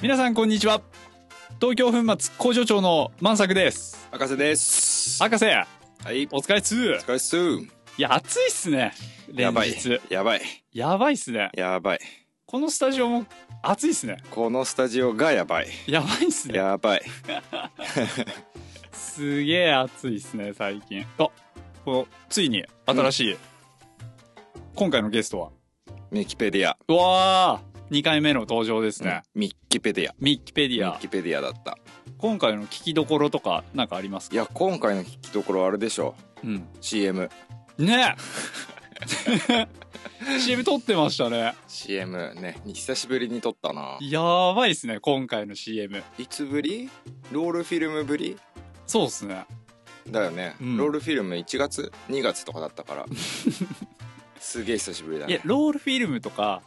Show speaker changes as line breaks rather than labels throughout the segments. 皆さんこんにちは東京粉末工場長の万作です
博士です。
博士
はい。
お疲れっす
お疲れっす。
いや暑いっすね連
やばい
日。
やばい。
やばいっすね
やばい。
このスタジオも暑いっすね
このスタジオがやばい。
やばいっすね
やばい。
すげえ暑いっすね最近あこうついに新しい、今回のゲストは
ミキペディア。
うわー2回目の登場ですね、
ミッキペディア。
ミッキペデ
ミ
ィ
ッ
ア
キペディアだった。
今回の聞きどころとかなんかあります
い
か
や、今回の聞きどころあれでしょ。
うん、
CM。
ね え CM 撮ってましたね
CM ね。久しぶりに撮ったな。
やばいっすね今回の CM
いつぶりロールフィルムぶり
そうっすね
だよね、
うん
ロールフィルム1月2月とかだった から。すげえ久しぶりだ
いや
ね。
ロールフィルムとか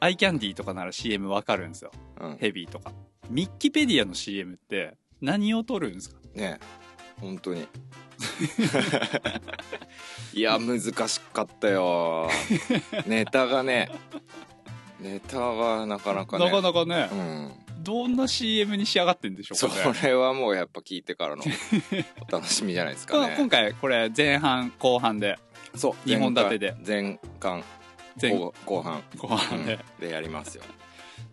アイキャンディーとかなら CM わかるんですよ
うん。
ヘビーとかミッキペディアの CM って何を撮るんですか
ね本当に いや難しかっ たよネタがねネタがなかなかね
なかなかね
う、ん
どんな CM に仕上がってんでしょ
そう
かね
れはもうやっぱ聞いてから のお楽しみじゃないですか
こ今
ね
回これ前半後半で
そう
二本立てで
前巻
前
後後半、
後
う
半
ん
で、
でやりますよ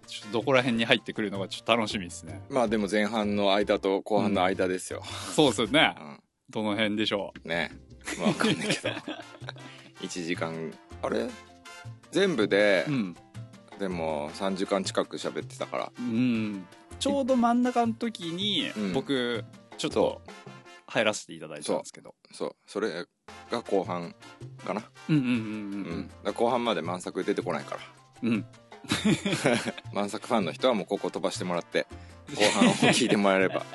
ちょっとどこら辺に入ってくるのかちょっと楽しみですね
まあでも前半の間と後半の間ですよ、
そうですよね
うん
どの辺でしょ
ねまあわかんないけ ど1時間あれ全部で、
ううん
でも3時間近く喋ってたから
うんちょうど真ん中の時に
うん
僕ちょっと入らせていただいたんですけど
そうそれが後半かな、
うんうん
うん
うん
だから後半まで満作出てこないから
うんうん
満作ファンの人はもうここ飛ばしてもらって後半を聞いてもらえれ ば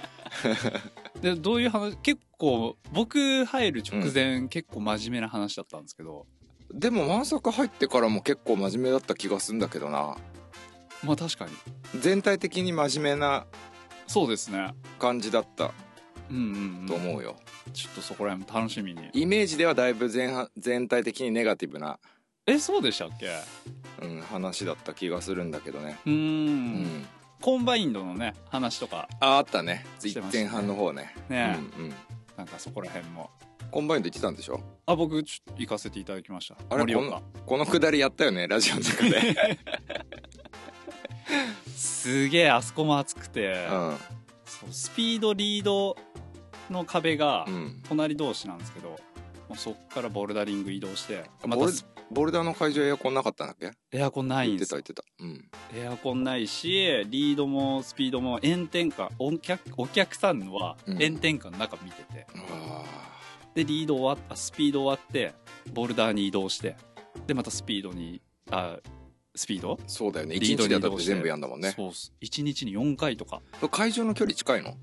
でどういう話結構僕入る直前、結構真面目な話だったんですけど
でも満作入ってからも結構真面目だった気がするんだけどな
まあ確かに
全体的に真面目な
そうですね
感じだった
うんうん、うん、
と思うよ、
ちょっとそこら辺も楽しみに
イメージではだいぶ前半全体的にネガティブな、
えそうでしたっけ
うん、話だった気がするんだけどね
うーん
うん、
コンバインドのね話とか
ああったね
してましたね
前半の方ね
ね、
うんうん
なんかそこら辺も
コンバインド行ってたんでしょ
あ僕ちょっと行かせていただきました
あれ
盛
こ
岡
このくだりやったよねラジオの中 で、
すげえあそこも暑くて、
うん
そうスピードリードの壁が
うん、
隣同士なんですけど、もうそっからボルダリング移動してま
ボ
た
ルボルダーの会場エアコンなかったんだっけ
エアコンないん
言っ
で
て
す
た
よ
言ってた、うん、
エアコンないしリードもスピードも炎天下お客お客さんのは
うん
炎天下の中見てて、
あ
でリード終わったスピード終わってボルダーに移動してでまたスピードにあスピード
ーそうだよね
リ
一
ード
日
に
で
移
だっ
動
て
して
全部やんだもんね
そうっす1日に4回とか
会場の距離近いの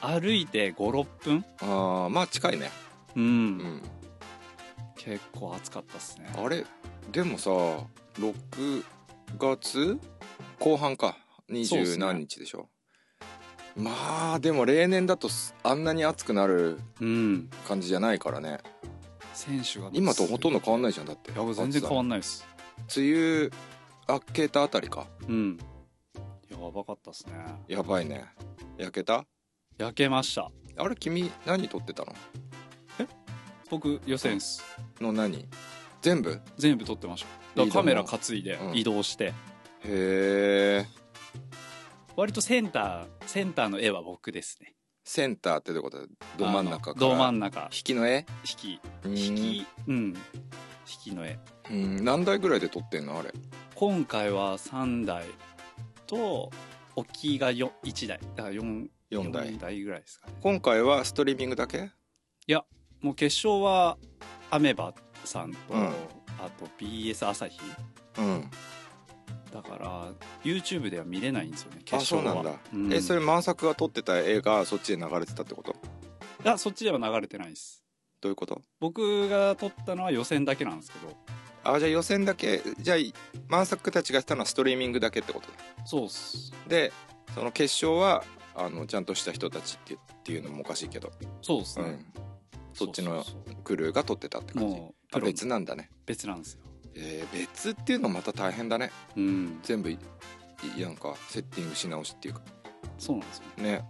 歩いて56分
ああまあ近いね
うん、
うん
結構暑かったっすね
あれでもさ6月後半か二
そうっす
十
ね
何日でしょまあでも例年だとすあんなに暑くなる
うん
感じじゃないからね
選手が
今とほとんど変わんないじゃんだって
いや全然変わ
ん
んないです
梅雨明けたあたりか
うんやばかったっすね
やばいね焼けた
焼けました
あれ君何撮ってたの
僕予選っす
の何全部へ
全部撮ってましただからカメラ担いで
うん
移動して
え
割とセンターセンターの絵は僕ですね
センターってどういうことだど真ん
あ
中
の
から
ど真ん中
引きの絵
引き
うん
引きうん引きの絵
うん何台ぐらいで撮ってんのあれ
今回は3台と置きがよ1台だから 4,
4台
四台ぐらいですかね
今回はストリーミングだけ
もう決勝はアメバさんと、
うん
あと BS 朝日
うん
だから YouTube では見れないんですよね決
あ
勝
そう
は
なんだ、
うん
えそれ満作が撮ってた絵がそっちで流れてたってこと
いやそっちでは流れてないです
どういうこと
僕が撮ったのは予選だけなんですけど
あじゃあ予選だけじゃあ満作たちがしたのはストリーミングだけってことだ
そうっす
でその決勝はあのちゃんとした人たちってっていうのもおかしいけど、
そうっす
う
ね、
ん、そっちの
うそう
クルーが撮ってたって
そう
感じ
もう
あ別なんだね
別なんですよ
えー別っていうのまた大変だね
うん
全部いなんかセッティングし直しっていうか
そうなんですよ
ね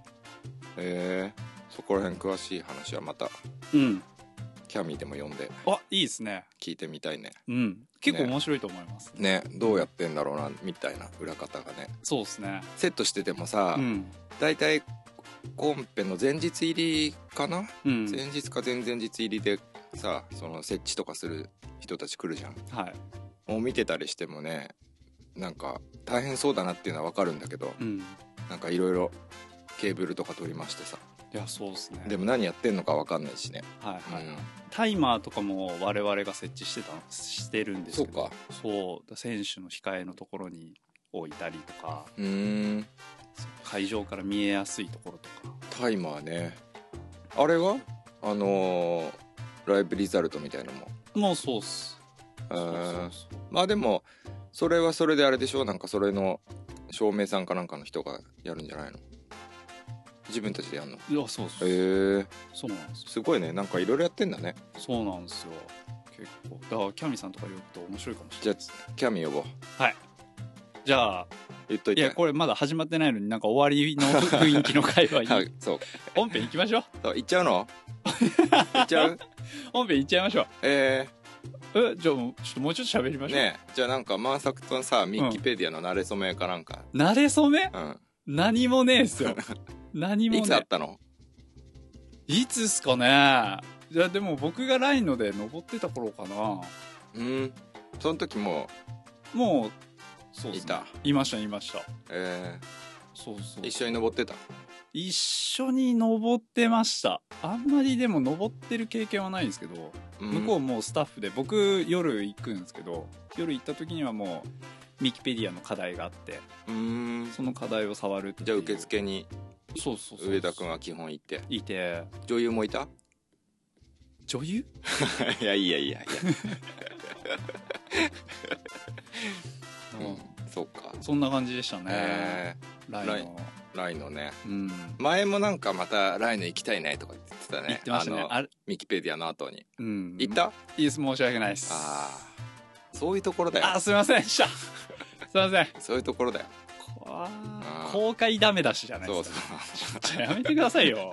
えー、そこら辺詳しい話はまた
うん
キャミーでも読んで
あいいですね
聞いてみたいね
うん結構面白いと思います、
ねどうやってんだろうなみたいな裏方がね
そうですね
セットしててもさ、
うん
大体コンペの前日入りかな、
うん
前日か前々日入りでさその設置とかする人たち来るじゃん
はい
もう見てたりしてもねなんか大変そうだなっていうのは分かるんだけど
うんい
なんかいろいろケーブルとか取りましてさ
やそうですね
でも何やってんのか分かんないしね、
はいはい、
うん
タイマーとかも我々が設置してたしてるんです
そう
けど
か
そう選手の控えのところに置いたりとか
うーん
会場から見えやすいところとか
タイマーねあれはあのーライブリザルトみたいなのも
もうそうっす
え
そうそ
ー
うそう
まあでもそれはそれであれでしょなんかそれの照明さんかなんかの人がやるんじゃないの自分たちでやるのへ
いやそうそう、
え
そうなんですよ
すごいねなんかいろいろやってんだね
そうなんですよ結構だからキャミさんとか呼ぶと面白いかもしれな
じゃ
い
あキャミ呼ぼう
はいじゃあ
言っとい
い
て
やこれまだ始まってないのになんか終わり の雰囲気の会話
は
に
いそう
本編行きましょう
そう行っちゃう の行っちゃう
本編行っちゃいましょ
え
うえじゃあもうちょっともうちょっと喋りま
ー、
しょう、
ねえじゃあなんか万作とさミッキペディアの慣れ初めかなんか、
なれそめ
うん
何もねえっす よ何も
いつあ
ね
ったの
いつっすかねいやでも僕がラインので登ってた頃かな
うんその時も
もうそうっすね
いた
いましたいました
う、え
そうそう
ー、一緒に登ってた
一緒に登ってましたあんまりでも登ってる経験はないんですけど、向こう
う
もうスタッフで僕夜行くんですけど夜行った時にはもうミキペディアの課題があって
うんうん
その課題を触るっていう
じゃあ受付に
そうそうそう
上田君は基本行って
いて
女優も いた
女優
いやいやいやいや、
う
うん
ん、
そうか
そんな感じでしたね、
え
ライ
ライ
の
ー、ライのね
うん
前もなんかまたライの行きたいねとか言ってたね
言ってましたね
あの
あれ
ミキペディアの後に
うん
行った、あ
いいです申し訳ないです
あーそういうところだよ
あすいませんでした すいません
そういうところだよ
こあ
あー
公開ダメ出しじゃない
そ
で
う
す
そ
か
う
ちょっとやめてください よ。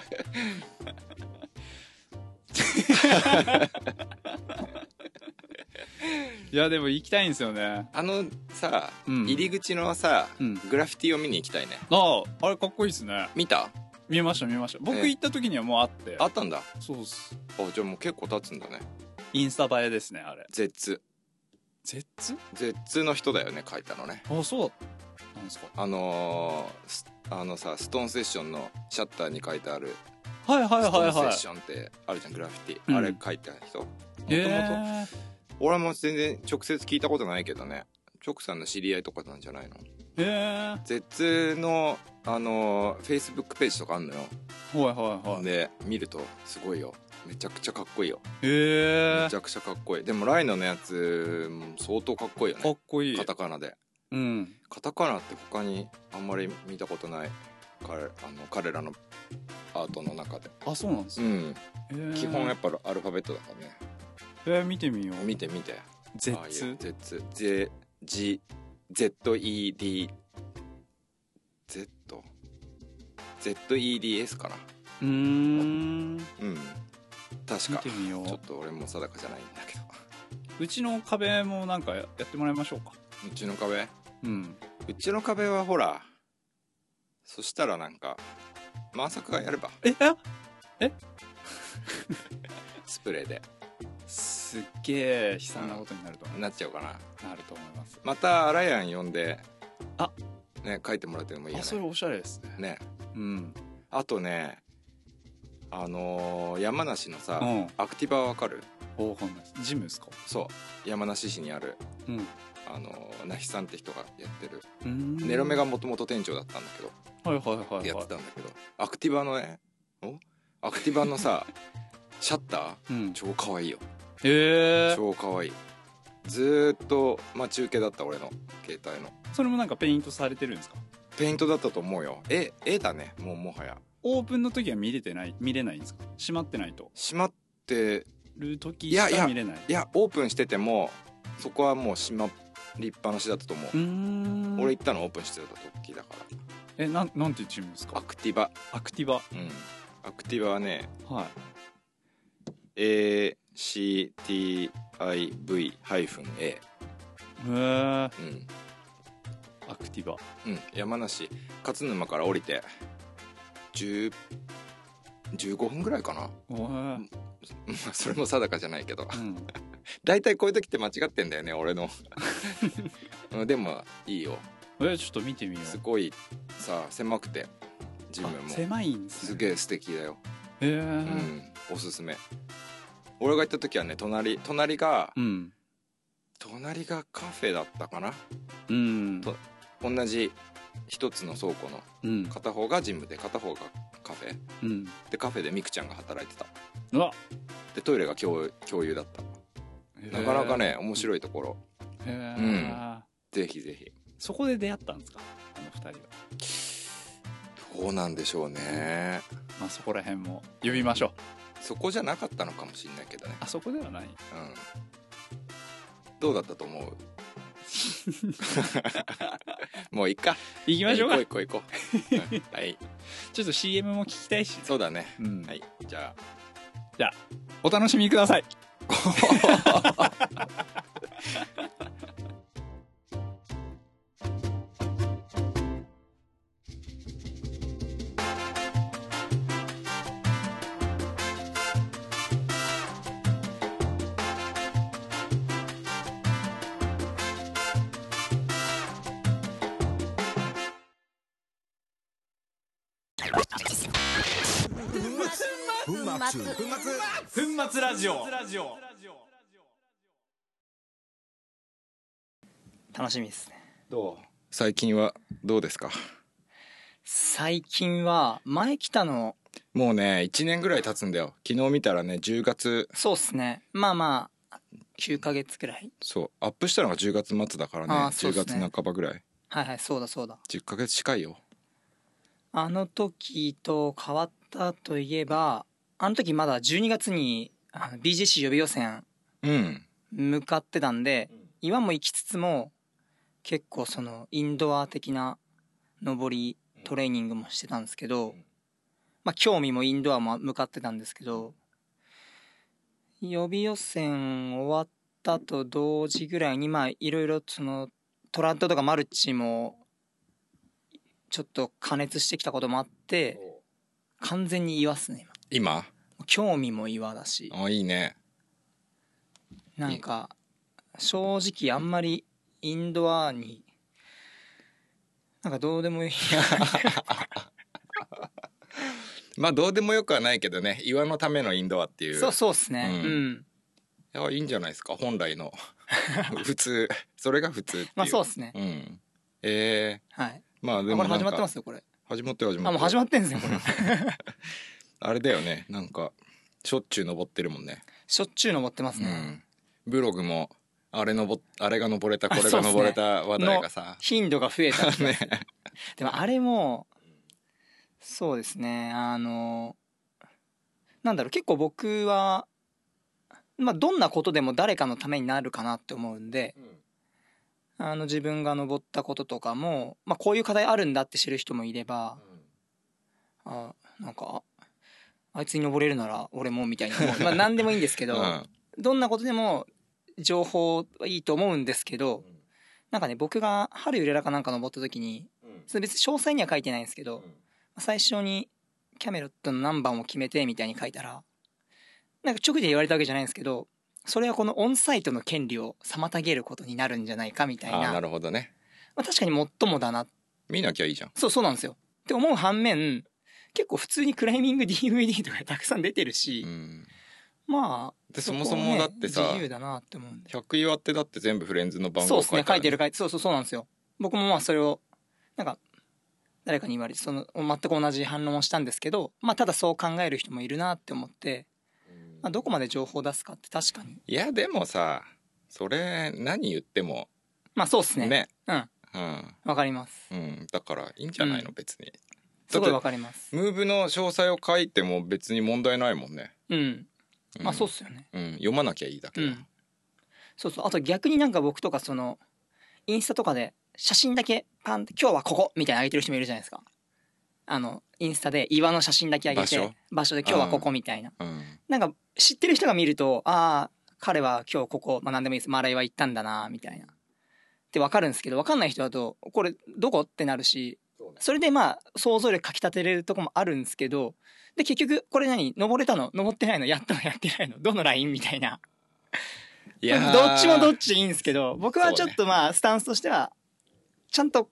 いや、でも行きたいんですよね。
あのさ、
うん
入り口のさ、
うん
グラフィティを見に行きたいね
ああ、あれかっこいいですね。
見た
見ました、見ました。僕
ええ
行った時にはもうあって。
あったんだ
そうっす。
あじゃあもう結構経つんだね
インスタ映えですね、あれ。
絶
絶
絶の人だよね書いたのね
あ、そうだったんですか。
あのースあのさストーンセッションのシャッターに書いてある
はいはい
スト
は
ー
い
ンセ
は
ッ
い
シ。ョンってあるじゃんグラフィティ、
うん
あれ書いた人もと
え
もと
え
俺も全然直接聞いたことないけどね直さんの知り合いとかなんじゃないの
ええ
絶のあのフェイスブックページとかあんのよ、
はいはいはい。
で見るとすごいよめちゃくちゃかっこいいよ
ええ
めちゃくちゃかっこいいでもライノのやつも相当かっこいいよ
か
ね
っこいい
カ。タカナで
うん。
カタカナって他にあんまり見たことない彼あの彼らのアートの中で
あ、そうなんですね。
うん
ええ
基本やっぱアルファベットだからね
ええ見てみよう。
見て見て
絶
ああいう絶 Z G Z E D Z Z E D S かな
うーん
うん確
見
か
てみよ
ちょ
う
っと俺も定かじゃないんだけど
うちの壁もなんかやってもらいましょうか
うちの壁
うん
うちの壁はほらそしたらなんか満作がやれば
ええ
スプレーです
っげえ悲惨なことになると思う
なっちゃうかな
なると思います
またアライアン呼んで
あ
ね書いてもらってもいいよ
あそれ
ね
おしゃれですね
ね
うん
あとねあのー山梨のさ、
うん
アクティバわかる
おわかんないですジムですか
そう山梨市にある
うん
あの那須さんって人がやってる
うーん
ネロメがもともと店長だったんだけど、
はいはいはい
やっ
は
て
い
たんだけどアクティバのねおアクティバの さシャッタ
う
ー
ん
超かわいいよ
ええ
超かわいいずーっと待ち受けだった俺の携帯の
それもなんかペイントされてるんですか
ペイントだったと思うよ絵絵だねもうもはや
オープンの時は見れてない見れないんですか閉まってないと
閉まって
る時
いや
し
い
か
や
見れない
いやオープンしててもそこはもう閉まっ立派な市だったと思う
うーん
俺行ったのオープンしてた時だか
えなんなんていうチームです
ら
か
アクティバ
アクティバ
うんアクティバはね
はい
ACTIV-A
へえ
うん、
アクティバ
うん、山梨勝沼から降りて10 15分ぐらいかな
へー
それも定かじゃないけど
うん
大体こういう時って間違ってんだよね 俺のうんでもいいよ
えーちょっと見てみよ
す
う
ごいさ狭くて自分
あ
も
狭いんですすね
げえ素敵だよ、
へえ
うん、おすすめ俺が行った時はね隣隣が
うん
隣がカフェだったかな
うん
と同じ一つの倉庫の
うん
片方がジムで片方がカフェ
うん
でカフェでミクちゃんが働いてた
うわ
でトイレが共共有だったなかなかね面白いところ
へえ、
うんぜひぜひ
そこで出会ったんですかあの二人は
どうなんでしょうね
まあそこら辺も呼びましょう
そこじゃなかったのかもしんないけどね
あそこではない
うんどうだった と思うもういっか
行きましょうか
行こう行こう行こううんはい
ちょっと CM も聞きたいし、
そうだね
うん
はいじゃ
お楽しみください粉末ラジオ
楽しみですね
あどう最近はどうですか
最近は前来たの
もうね1年ぐらい経つんだよ昨日見たらね10月
そうっすねまあまあ9ヶ月くらい
そうアップしたのが10月末だからね
あーそう
10
っすね
月半ばぐらい
はいはいそうだそうだ
10ヶ月近いよ
あの時と変わったといえばあの時まだ12月にあの BGC 予備予選
うん
向かってたんで岩も行きつつも結構そのインドア的な登りトレーニングもしてたんですけど、まあ、興味もインドアも向かってたんですけど予備予選終わったと同時ぐらいにまあいろいろそのトラッドとかマルチもちょっと加熱してきたこともあって完全に岩っすね今
今
興味も岩だし
あいいね
なんか正直あんまりインドアになんかどうでもいい
まあどうでもよくはないけどね岩のためのインドアっていう
そうそうっすね
う
うんん、
いやいいんじゃないですか本来 の普通それが普通っていう
まあそうっすね
うんええ
はい
まあで
あ
も
こ
な
れ
んか
始まってますよこれ
始まってる始まって
あもう
る
始まってんですよこれ
あれだよねなんかしょっちゅう登ってるもんね
しょっちゅう登ってます
う
ね、
んブログもあれ登っあれが登れたこ
あ
れ
そう
が
っすね
登れた話題がさ
頻度が増えた
ね
でもあれもそうですねあのなんだろう結構僕はまあどんなことでも誰かのためになるかなって思うんで、あの自分が登ったこととかも、まあ、こういう課題あるんだって知る人もいれば、あなんかああいつに登れるなら俺もみたいなもうまあ何でもいいんですけ
う
ど、
ん
どんなことでも情報はいいと思うんですけどなんかね僕が春ゆれらかなんか登った時にそれ別に詳細には書いてないんですけど、まあ最初にキャメロットの何番を決めてみたいに書いたらなんか直で言われたわけじゃないんですけどそれはこのオンサイトの権利を妨げることになるんじゃないかみたい
あ
な
なるほどね
まあ、確かにもっともだな
見なきゃいいじゃん
そうそうなんですよって思う反面結構普通にクライミング DVD とかたくさん出てるし、
うん
まあ
で
こは
そもそもだってさ
自由だなって思うんで
100岩ってだって全部フレンズの番
そう
号
ですね書いて
る
る書いてそうそうそうなんですよ僕もまあそれをなんか誰かに言われてその全く同じ反論をしたんですけどまあただそう考える人もいるなって思って、まあ、どこまで情報を出すかって確かに
いやでもさそれ何言っても
まあそうですね
ね
うん
うん
わかります
うんだからいいんじゃないの
う
別に
すごいわかります
ムーブの詳細を書いても別に問題ないもんね、
うん
うん
まあそうっすよね
うん、読まなきゃいいだけ
う
だ、
ん、そうそうあと逆になんか僕とかそのインスタとかで写真だけパンって今日はここみたいな上げてる人もいるじゃないですかあのインスタで岩の写真だけ上げて
場所
で今日はここみたいな、
うん
なんか知ってる人が見るとああ彼は今日ここ、まあ、何でもいいですマライは行ったんだなみたいなって分かるんですけど分かんない人だとこれどこってなるしそれでまあ想像力かきたてれるとこもあるんですけどで結局これ何登れたの登ってないのやったのやってないのどのラインみたいないま
や
あ
ー
どっちもどっちいいんですけど僕はちょっとまあスタンスとしてはちゃんと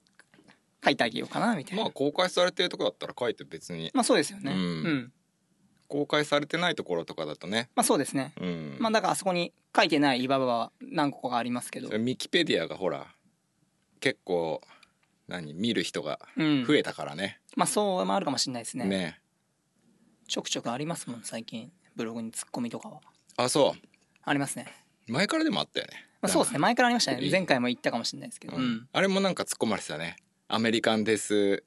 書いてあげようかなみたいな
まあ
まあ、
公開されてるとこだったら書いて別に
そうですよねう
うん
ん、
公開されてないところとかだとね
まあそうですね
うん
まあだからあそこに書いてない岩場は何個かありますけど
それミキペディアがほら結構何見る人が
うん
増えたからね、
まあそうもあるかもしれないですね
ね
ちょくちょくありますもん最近ブログにツッコミとかは
あそ
ありますね、
う前からでもあったよね、
まあ、そうですね前からありました
い
ね
い
前回も言ったかもしれないですけ
な
ど、
ん
う
かうん
ん、
あれもなんか突っ込まれてたねアメリカンです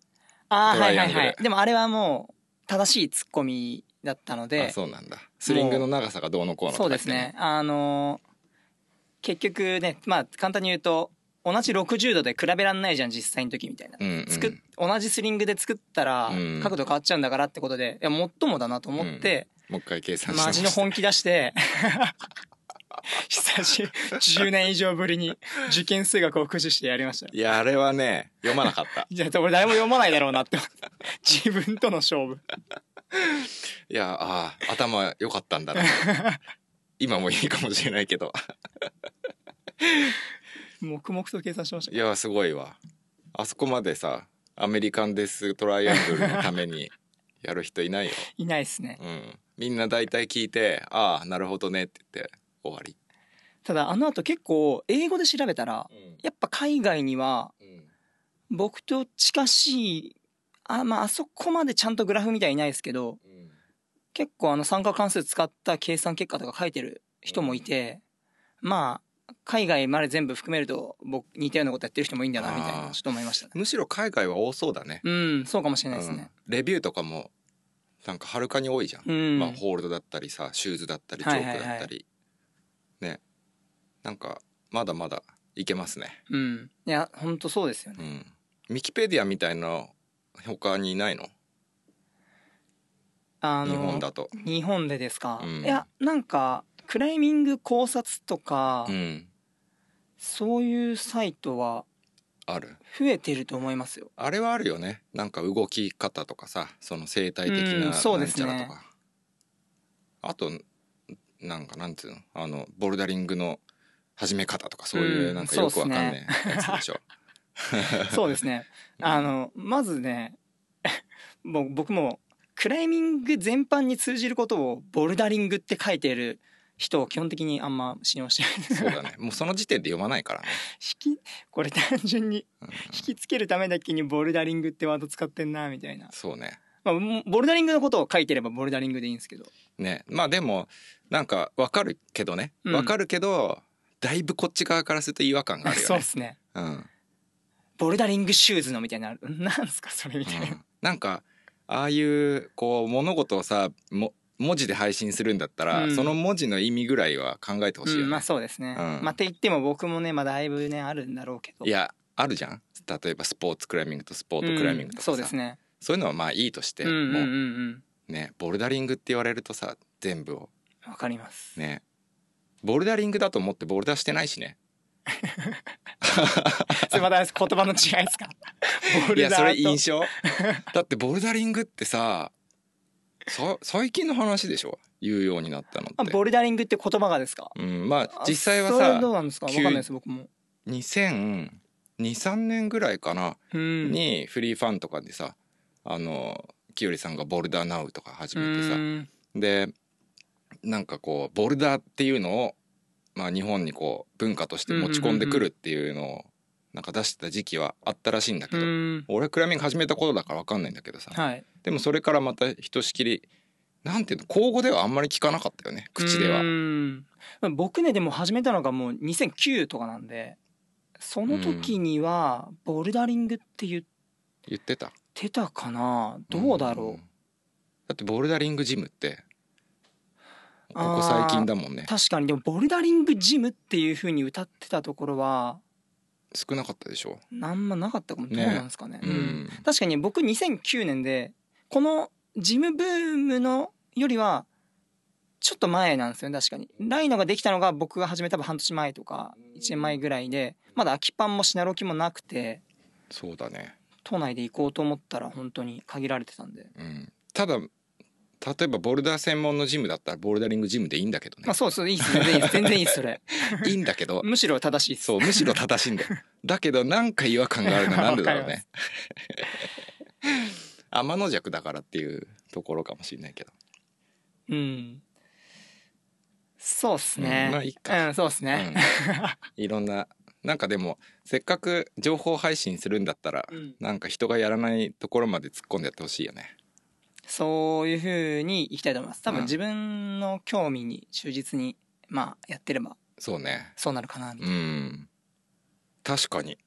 ああ
ト
は
ラ
い
イ
は
アン
い
グル
はいでもあれはもう正しいツッコミだったので
あそうなんだスリングの長さがどうのこうのと
そ
か
う
言
で
っ
す
てね
ねあの結局ねまあ簡単に言うと同じ60度で比べらんないじゃん実際の時みたいな、
うんうん
作っ同じスリングで作ったら
うん
角度変わっちゃうんだからってことでいやもっともだなと思って、
もう一回計算して
マジの本気出して久し10年以上ぶりに受験数学を駆使してやりましたよ
いやあれはね読まなかった
いや俺誰も読まないだろうなって思った自分との勝負
いやあー頭良かったんだ な今もいいかもしれないけど
黙々と計算しました
いやすごいわあそこまでさアメリカンですトライアングルのため にやる人いないよ、
いないですね
うん、みんな大体聞いて「ああなるほどね」って言って終わり、
ただあの後結構英語で調べたらやっぱ海外には僕と近しいあまああそこまでちゃんとグラフみたいにいないですけど結構あの参加関数使った計算結果とか書いてる人もいて、まあ海外まで全部含めると僕似たようなことやってる人もいいんだなみたい
あ
な
ー
ちょっと思いましたね
むしろ海外は多そうだね
うんそうかもしれないですね、
うんレビューとかもなんかはるかに多いじゃん、
うん
まあ、ホールドだったりさシューズだったりチ
は
ョ
いは
ー
いはい
クだったり、ねなんかまだまだいけますね
うんいや本当そうですよ
う
ね
んミキペディアみたいな他にないの
あの
日本だと
日本でですか、
うん
いやなんかクライミング考察とか、
うん
そういうサイトは
ある
増えてると思いますよ
あれはあるよねなんか動き方とかさその生態的
う
なん
そう
な
で
ん
す
ち
ね
ゃらとか、あとなんかなんていうのあのボルダリングの始め方とかそういううんなんかよくわ
そう
か
っ
ん
すね
ねえやつでしょ、
そうですね。
うん
あの、まずね、 もう僕も、クライミング全般に通じることをボルダリングって書いてる人を基本的にあんま信用して
そう
ない。
だねもうその時点で読まないからね、
引き、これ単純に
うん
引きつけるためだけにボルダリングってワード使ってんな、みたいな。
そうね
まあ、もボルダリングのことを書いてればボルダリングでいいんですけど。
ねまあでもなんかわかるけどね
うん
わかるけど、だいぶこっち側からすると違和感があるよ
そ
ね
うで。すね。
うん
ボルダリングシューズのみたいな、なんすかそれみたいな。
うんなんかああいうこう物事をさも文字で配信するんだったら、
うん
その文字の意味ぐらいは考えてほしいよ
う
ね、
ん、まあそうですね。
うん
まあって言っても僕もね、まあだいぶね、あるんだろうけど。
いやあるじゃん例えばスポーツクライミングとスポートクライミングとかさ、
うんそうですね。
そういうのはまあいいとして、
うんうんう
も
ん
うねボルダリングって言われるとさ全部を
うん。わかります。
ねボルダリングだと思ってボルダーしてないしね
それまたあれです言葉の違いですかボ
い
ル
や
ダ
それ
ーと
印象 だってボルダリングってささ最近の話でしょ言うようになったの
あ
って
ボルダリングって言葉がですか
うん、まあ
あ
実際は
それ
さ
どうなんですかわか
急
ん
に
ないです僕も
2023年ぐらいかな、
うん
にフリーファンとかでさあの清里さんが「ボルダーナウ」とか始
う
めてさ、
ん
でなんかこうボルダーっていうのを、まあ、日本にこう文化として持ち込んでくるっていうのをなんか出してた時期はあったらしいんだけ
う
ど、
ん
俺クライミング始めたことだから分かんないんだけどさ、
はい
でもそれからまたひとしきりなんていうの口語ではあんまり聞かなかったよね口では。
うん僕ねでも始めたのがもう2009とかなんでその時にはボルダリングって言っ
言ってた
てたかなどうだ
ん
ろ
だってボルダリングジムってこ
あー
こ最近だもん
う
ね
確かにでもボルダリングジムっていう風に歌ってたところは
少なかったでしょ
なんまなかったかもどう
ね
なんですかね
う、ん、
確かに僕2009年でこのジムブームのよりはちょっと前なんですよね確かにライノができたのが僕が始めた多分半年前とか1年前ぐらいでまだ空きパンもシナロキもなくて
そうだね、
都内で行こうと思ったら本当に限られてたんで
うん、ただ例えばボルダー専門のジムだったらボルダリングジムでいいんだけど
ま
ね
あそうですいいです全然 いいです全然いいですそれ
いいんだけど
むしろ正しいです
そうむしろ正し いんだよだけどなんか違和感があるのはなんでだろうね 天の弱だからっていうところかもしれないけど
うんそうっすね、
うんまあいいか
うんそうっす ね、
うん、いろんななんかでもせっかく情報配信するんだったら、
うん
なんか人がやらないところまで突っ込んでやってほしいよね
そういう風に行きたいと思います多
う
分
ん
自分の興味に忠実にまあやってれば
そうね
そうなるかなみた
う
いな、
ん確かに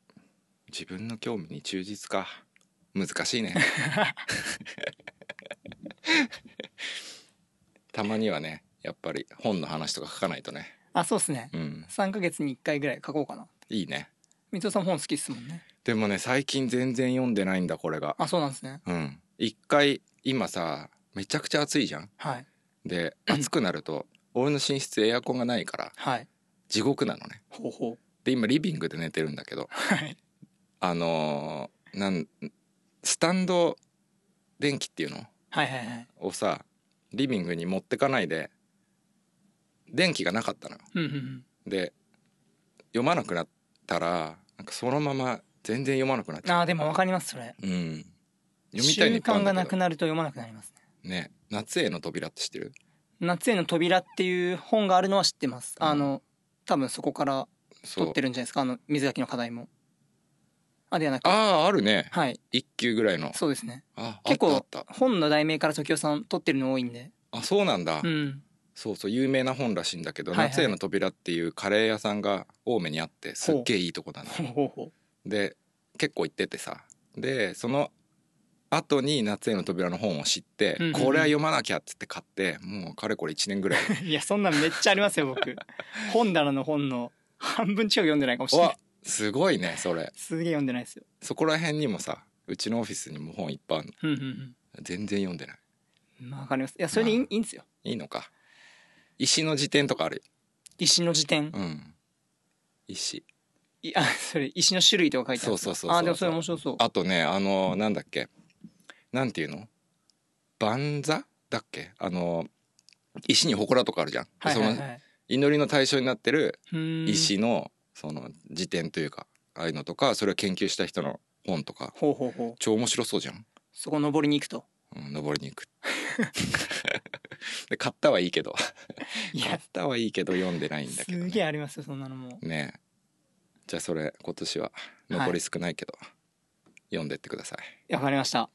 自分の興味に忠実か難しいねたまにはねやっぱり本の話とか書かないとね
あそうっすね
うん
3ヶ月に1回ぐらい書こうかない
いね
三尾さん本好きっすもんね
でもね最近全然読んでないんだこれが
あそうなんですね
うん一回今さめちゃくちゃ暑いじゃん
はい
で暑くなると俺の寝室エアコンがないから
はい
地獄なのね
ほうほう
で今リビングで寝てるんだけど
はい
あのーなんスタンド電気っていうの
はいはいはい
をさリビングに持ってかないで電気がなかったのよ
うんうんうん
で読まなくなったらなんかそのまま全然読まなくなっちゃ
あーでもわかりますそれ
ううん読みたいのい
習
っぱいあるんだけど
慣がなくなると読まなくなりますね
ね夏への扉って知ってる
夏への扉っていう本があるのは知ってます、
うん
あの多分そこから
そ
取
う
ってるんじゃないですかあの水垣の課題もあではなく
あああるね
はい
一級ぐらいの
そうですね
ああっ
結
たあっ
構
た
本の題名から時生さん取ってるの多いんで
あそうなんだ、
うん
そうそう有名な本らしいんだけど「
はいはい
夏への扉」っていうカレー屋さんが青梅にあってすっげえいいとこだな
ほうほうほ
で結構行っててさでその後に「夏への扉」の本を知って、
うんうん
これは読まなきゃっつって買ってもうかれこれ1年ぐらいう
いやそんなんめっちゃありますよ 僕本棚の本の半分近く読んでないかもしれな
わ
い
すごいねそれ
すげえ読んでないですよ
そこら辺にもさうちのオフィスにも本いっぱいあるの
うんうん
全然読んでない
うんまあわかりますいやそれでいい,、
まあ
いいんですよ
いいのか石の辞典とかある
石の辞典
うん石
いあ それ石の種類とか書いてあるんですか
そうそうそうそう
あでもそれ面白そう
あとねあのなんだっけなんていうの万座だっけあの石に祠とかあるじゃん、
はいはい
その
はい
祈りの対象になってる
うーん
石のその辞典というかああいうのとかそれを研究した人の本とか
ほうほうほう
超面白そうじゃん、
そこ登りに行くと
うん、登りに行く で買ったはいいけど
い
買っ
や
たはいいけど読んでないんだけど
す
ね
げえありますよそんなのも
ねえじゃあそれ今年は残り少ないけど、読んでってください
わかりました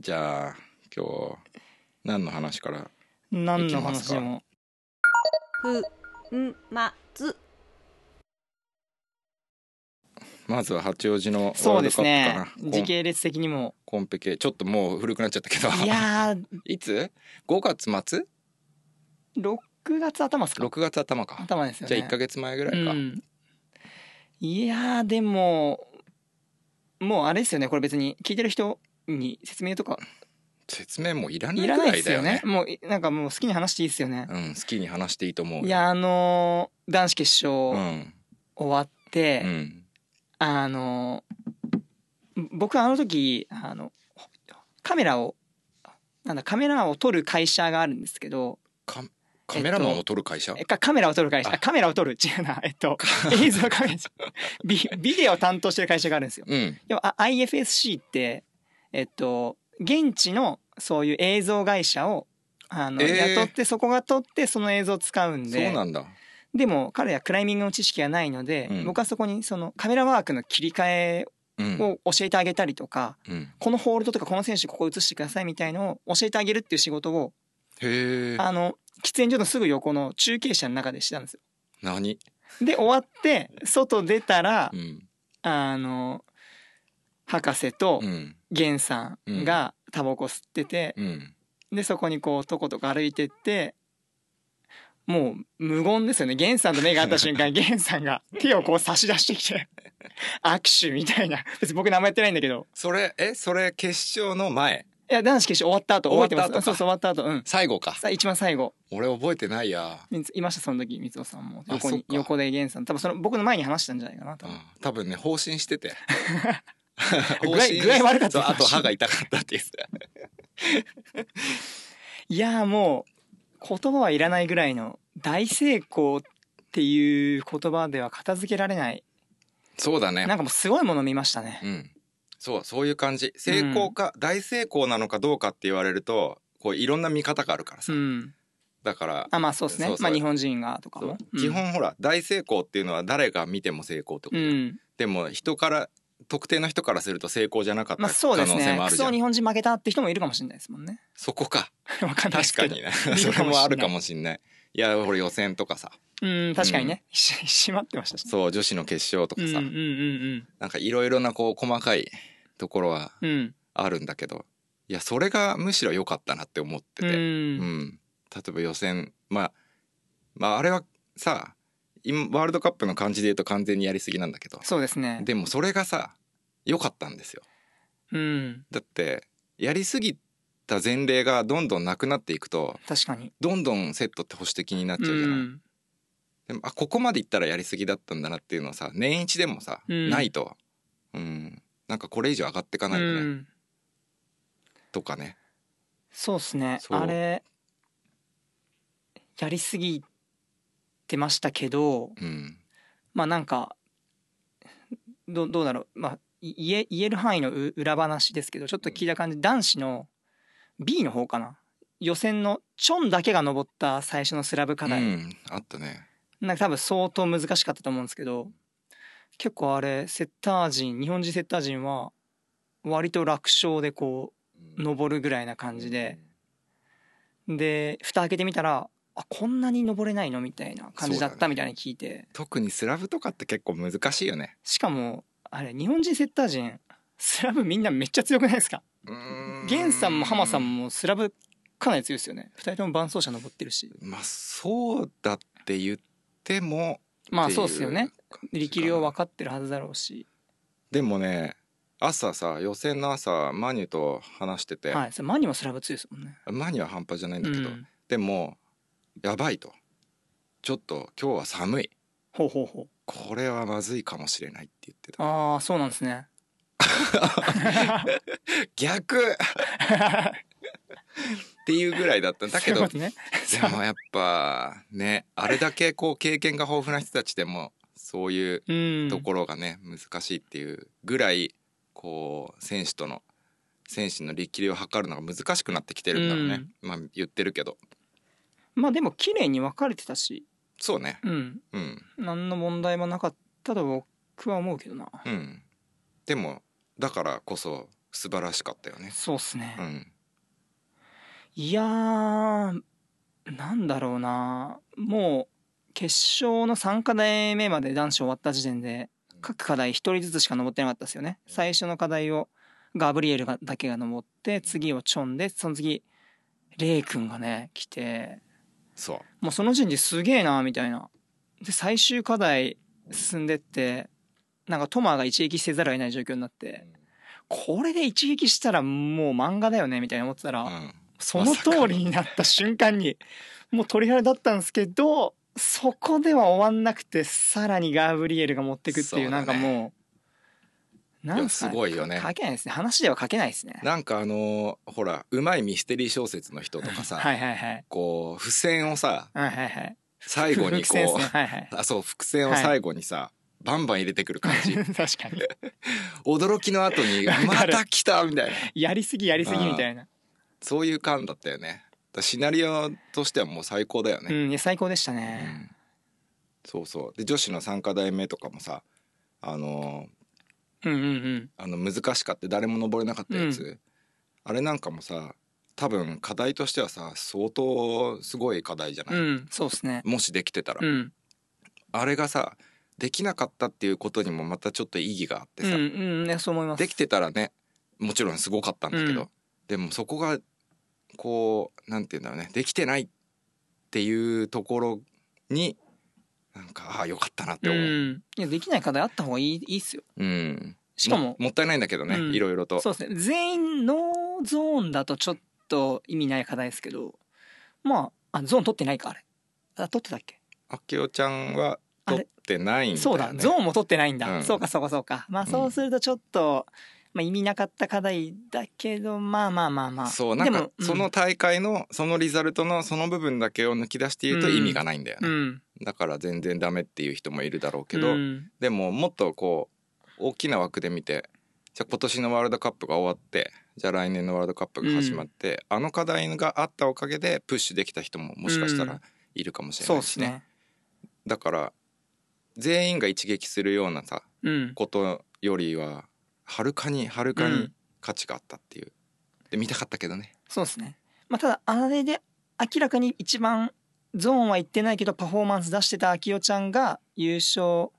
じゃあ今日何の話から
何の話でも
ふんまつ
まずは八王子のワー
そう
ルドカ
です
ップ
ね
かな、
時系列的にも
コンコンペ系ちょっともう古くなっちゃったけど
いやー
いつ ?5 月末
6月頭ですか
?6 月頭か、
頭ですよ
じ
ね
ゃあ1か月前ぐらいか、
うん、いやーでももうあれですよねこれ別に聞いてる人に説明とか
説明もういらない
い
ぐ
らない
ら
で
い
す
だ
よ
よ
ね
ね
もういなんかもう好きに話していいですよね、
うん好きに話していいと思うよ
いやあのー男子決
う
勝
ん
終わって、
うん
あのー僕あの時あのカメラをなんだカメラを撮る会社があるんですけど
カカメラマンを撮る会社、
えかカメラを撮る会社
あ
あカメラを撮る違うなえっと 映像カメラ ビビデオを担当してる会社があるんですよ
うん
でもあ IFSC ってえっと現地のそういう映像会社をあの、
えー
雇ってそこが撮ってその映像を使うん
そう
で
なんだ
でも彼はクライミングの知識がないので、
うん
僕はそこにそのカメラワークの切り替え
うん
を教えてあげたりとか、
うん
このホールドとかこの選手ここ映してくださいみたいのを教えてあげるっていう仕事を、
へえ
あの喫煙所のすぐ横の中継車の中でしてたんですよ。
何
で終わって外出たら
うん
あの博士と
うん
源さんがタバコ吸ってて、
うん
でそこにこうとことこ歩いてってもう無言ですよね源さんと目が合った 瞬間源さんが手をこう差し出してきて握手みたいな別に僕何もやってないんだけど
それえそれ決勝の前
いや男子決勝終わった後覚えてま
終わ
す
った
そう
後か
そう終わった後うん
最後か
さ一番最後
俺覚えてないや、
みついましたその時光雄さんも
あ
横
そっ
に
か
横で源さん多分その僕の前に話したんじゃないかな
う
多
ん
分、
多分ね放心してて
具合具合悪かった
そうあと歯が痛かったっていう
いやーもう言葉はいらないぐらいの大成功っていう言葉では片付けられない
そうだね
なんかもうすごいもの見ましたね
うん、そうそういう感じ成功か、大成功なのかどうかって言われるとこういろんな見方があるから
う
さ、
ん
だから
あまあそうですね
そうそう
まあ日本人がとかも、うん
基本ほら大成功っていうのは誰が見ても成功ってこ
う
と、
ん
でも人から特定の人からすると成功じゃなかった
まあ
可
そうで
能
す
性
ね
もあ
ク
るじゃん、
ソ日本人負けたって人もいるかもしれないですもんね
そこか
わかんない
確
ですけ
か
ど
にね
いるかもし
そ
れない
れもあるかもしんないいやほら予選とかさ
うん確かにね、ししまってましたしね
そう女子の決勝とか
うんうん
さ、
うんうん
なんかいろいろなこう細かいところは
うん
あるんだけどいやそれがむしろ良かったなって思ってて、
うん
うん、例えば予選、まあ、まああれはさ今ワールドカップの感じで言うと完全にやりすぎなんだけど
そうですね
でもそれがさ良かったんですよ
うん
だってやりすぎた前例がどんどんなくなっていくと
確かに
どんどんセットって保守的になっち
う
ゃうじゃない、
ん
でもあここまでいったらやりすぎだったんだなっていうのをさ年一でもさ、
うん
ないと、うん、なんかこれ以上上がっていかないよね、
うん
とかね
そうですね
そう
あれやりすぎてましたけど
うん
まあなんかどどうだろう、まあ、い言え言える範囲のう裏話ですけどちょっと聞いた感じ男子の B の方かな予選のチョンだけが登った最初のスラブ課題、
うん、あったね
なんか多分相当難しかったと思うんですけど結構あれセッター陣日本人セッター陣は割と楽勝でこう登るぐらいな感じで、で蓋開けてみたらあこんなに登れないのみたいな感じだっ
そう
た
だね
みたいに聞いて、
特にスラブとかって結構難しいよね
しかもあれ日本人セッター陣スラブみんなめっちゃ強くないですかゲンさんもハマさん
も
もスラブかなり強いですよね2人とも伴走者登ってるし
まあそうだって言ってもっ
まあ
てい
そうですよね
感じかな
力量分かってるはずだろうし
でもね朝さ予選の朝マニュと話してて、
はいそれマニもスラブ強いですもんね
マニュは半端じゃないん
う
だけど、
ん
でもやばいとちょっと今日は寒い
ほうほうほう
これはまずいかもしれないって言ってた
ああそうなんですね
逆 っていうぐらいだったんだけ
そうい
ど
うことね
でもやっぱねあれだけこう経験が豊富な人たちでもそういう
うん
ところがね難しいっていうぐらいこう選手との選手の力量を測るのが難しくなってきてるんだろうね、まあ言ってるけど
まあでも綺麗に分かれてたし
そうね
うん
うん
何の問題もなかったと僕は思うけどな
うんでもだからこそ素晴らしかったよね
そうっすね、
うん
いやーなんだろうなもう決勝の3課題目まで男子終わった時点で各課題1人ずつしか登ってなかったですよね最初の課題をガブリエルがだけが登って次をチョンでその次レイ君がね来て
そ
もうその時点ですげえなみたいなで最終課題進んでってなんかトマが一撃せざるを得ない状況になってこれで一撃したらもう漫画だよねみたいな思ってたら、
う、うん、
その通りになった瞬間にもう鳥肌だったんですけどそこでは終わんなくてさらにガブリエルが持ってくっていう
そうだね
なんかもう
い
な
や
んす
す
かね
ごいよね
書けないですね話では書けないですね
なんかあのーほらうまいミステリー小説の人とかさ、
はいはいはい
こう付箋をさ
はいはいはい
最後 に
伏線です
こ
ね
う
はいはい
あそう伏線を最後にさ、バンバン入れてくる感じ
確かに
驚きの後に
わか
「
る
また来た!」みたいな
やりすぎやりすぎみたいな
そういう感だったよねだからシナリオとしてはもう最高だよ
う
ね、
んいや最高でした
う
ね
んそうそうで女子の3課題目とかもさあの
うんうんうん
ーあの難しかって誰も登れなかったやつ、
う
あれなんかもさ多分課題としてはさ相当すごい課題じゃな
う
い、
んそうですね
もしできてたら、
うん
あれがさできなかったっていうことにもまたちょっと意義があって
う
さ、
んうんねそう思います
できてたらねもちろんすごかったんだけど、
うん
でもそこがこうなんて言うんだろうねできてないっていうところになんかああよかったなって
う
思う、
んいやできない課題あった方がいいいいっすよ
うん
しかも
もったいないんだけどね、
うん
いろいろと
そうですね全員ノーゾーンだとちょっと意味ない課題ですけどまああゾーン取ってないかあれあ取ってたっけ
あきおちゃんは
あれ
取ってないんだよ、ね、
そうだゾーンも取ってないんだ、
うん
そうかそうかそうかまあそうするとちょっと、まあ、意味なかった課題だけどまあまあまあまあ
そうなん
で
か
もうん
その大会のそのリザルトのその部分だけを抜き出して言うと
うん
意味がないんだよ
う
ね、
ん
だから全然ダメっていう人もいるだろうけど、
うん
でももっとこう大きな枠で見てじゃあ今年のワールドカップが終わってじゃあ来年のワールドカップが始まって、あの課題があったおかげでプッシュできた人ももしかした
うん
らいるかもしれ
そう
な
で
い
す
しね,、
ね
だから全員が一撃するようなさ
うん
ことよりははるかにはるかに価値があったっていう、で見たかったけどね
そうですねまあただあれで明らかに一番ゾーンは行ってないけどパフォーマンス出してた秋代ちゃんが優勝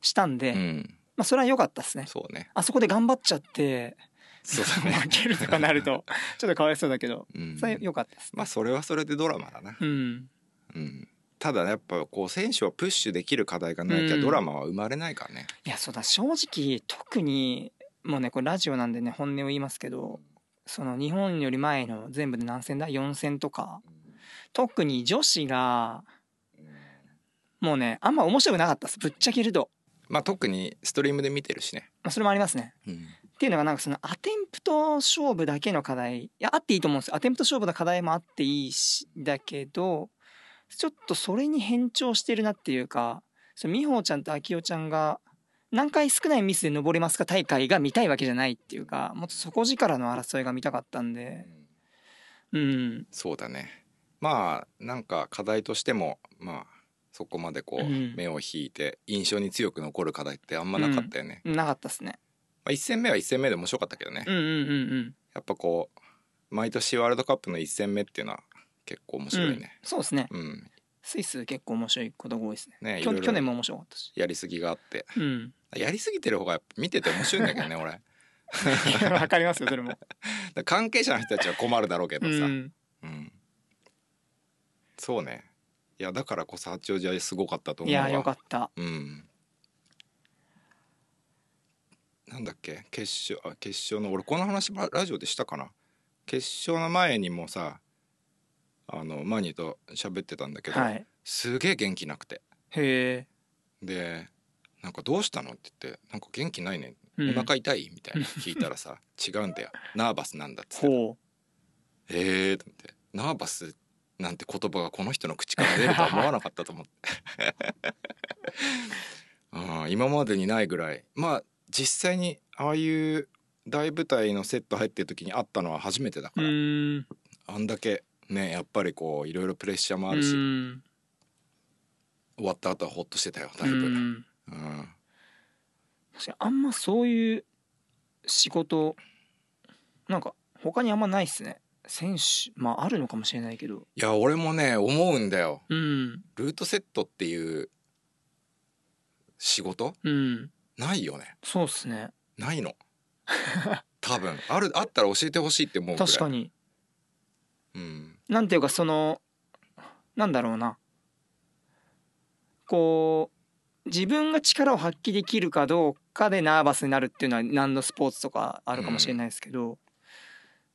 したんで、
う
ま
ん
あそれは良かったですね
そうね
あそこで頑張っちゃって
そうだね
負けるとかなるとちょっとかわいそうだけど
うん
それ良かったですね、
まあそれはそれでドラマだな
うん
うんただやっぱこう選手をプッシュできる課題がないきゃ
うん
ドラマは生まれないからね、
いやそうだ正直特にもうねこれラジオなんでね本音を言いますけどその日本より前の全部で何戦だ4戦とか特に女子がもうねあんま面白くなかったですぶっちゃけると、
まあ特にストリームで見てるしね、
まあ、それもありますねっていうのがなんかそのアテンプト勝負だけの課題いやあっていいと思うんですよアテンプト勝負の課題もあっていいしだけどちょっとそれに変調してるなっていうかその美穂ちゃんと秋代ちゃんが何回少ないミスで登れますか大会が見たいわけじゃないっていうかもっと底力の争いが見たかったんでうん
そうだねまあなんか課題としてもまあそこまでこう
うん
目を引いて印象に強く残る課題ってあんまなかったよね、
なかったですね
まあ、1戦目は1戦目で面白かったけどね、
うんうんうんうん
やっぱこう毎年ワールドカップの1戦目っていうのは結構面白いね
うんそうですね
うん、
スイス結構面白いことが多いですね
ねい
去
ろいろ
去年も面白かったし
やりすぎがあって
うん
やりすぎてる方がやっぱ見てて面白いんだけどね俺
わかりますよそれも、
だから関係者の人たちは困るだろうけど
う
さ、
ん、
うんそうねいやだからこそ八王子はすごかったと思
いう
わ
やよかった
うんなんだっけ決勝あ決勝の俺この話ばラジオでしたかな決勝の前にもさあのマニーと喋ってたんだけど、
はい
すげえ元気なくて
へ
でなんか「どうしたの?」って言って「なんか元気ないね
え。
お腹痛い?」みたいな聞いたらさ 「違うんだよナーバスなんだ」っつって
ほ
ええー、と思って「ナーバス」なんて言葉がこの人の口から出るとは思わなかったと思って うん今までにないぐらいまあ実際にああいう大舞台のセット入ってる時に会ったのは初めてだか
う。う
ら、
ーん。
あんだけねやっぱりこういろいろプレッシャーもあるし、
うん
終わった後はホッとしてたよだいぶ、
う
うん
ん確かにあんまそういう仕事なんか他にあんまないっすね選手まああるのかもしれないけど
いや俺もね思うんだよ
うん
ルートセットっていう仕事
うん
ないよね
そうっすね
ない の多分あるあったら教えてほしいって思うぐらい
確かに
うん、
なんていうかそのなんだろうなこう自分が力を発揮できるかどうかでナーバスになるっていうのは何のスポーツとかあるかもしれないですけど、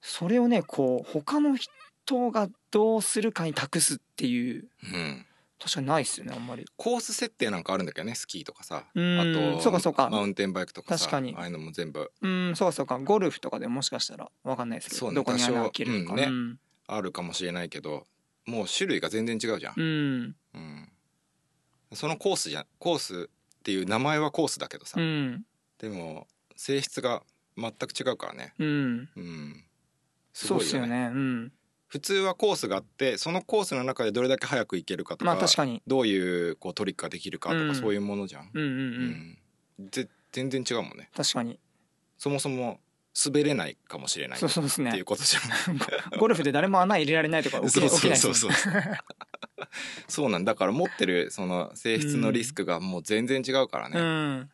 それをねこう他の人がどうするかに託すっていう
うん、
確かにないっすよねあんまり。
コース設定なんかあるんだけどねスキーとかさあ
うん
と
そうかそうか
マウンテンバイクとかさ
確かに
ああいうのも全部
うんそうかそうかゴルフとかでもしかしたら分かんないですけ
そ
ど、
うね
どこに穴を開けるのか、
多少
う
うんあるかもしれないけどもう種類が全然違うじゃん、
うん
うんそのコースじゃんコースっていう名前はコースだけどさ、
うん
でも性質が全く違うからね
うん
うんす
そう
ご
っ
い
す
よ
よ
ね
ねうん
普通はコースがあってそのコースの中でどれだけ早く行けるかとか,、
まあ確かに
どういうこうトリックができるかとか、
うん
そういうものじゃん、
うんうんう
うんんぜ全然違うもんね
確かに
そもそも滑れないかもしれない
そう
っ
そうですね
ていうことじゃん
ゴルフで誰も穴入れられないとか起き
そう
起き
そう
ないです
そうん
も
そうそうなんだから持ってるその性質のリスクがもう全然違うからね、
うん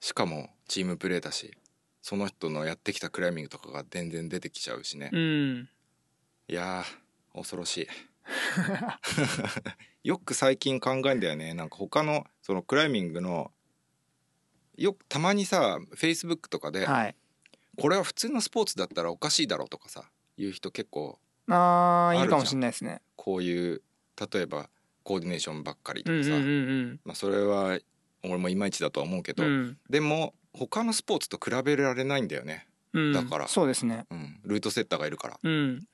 しかもチームプレーだしその人のやってきたクライミングとかが全然出てきちゃうしね、
うん
いやー恐ろしい よく最近考えんだよねなんか他のそのクライミングのよくたまにさフェイスブックとかで、
はい
これは普通のスポーツだったらおかしいだろうとかさいう人結構
あ
あるじゃ
ー
ん
いるかもしれないですね
こういう例えばコーディネーションばっかりと
うん
か
うん
さ、
うん
まあ、それは俺もいまいちだとは思うけ
う
ど、
ん
でも他のスポーツと比べられないんだよね、
うん
だから
そうですね
うん、ルートセッターがいるから。
うん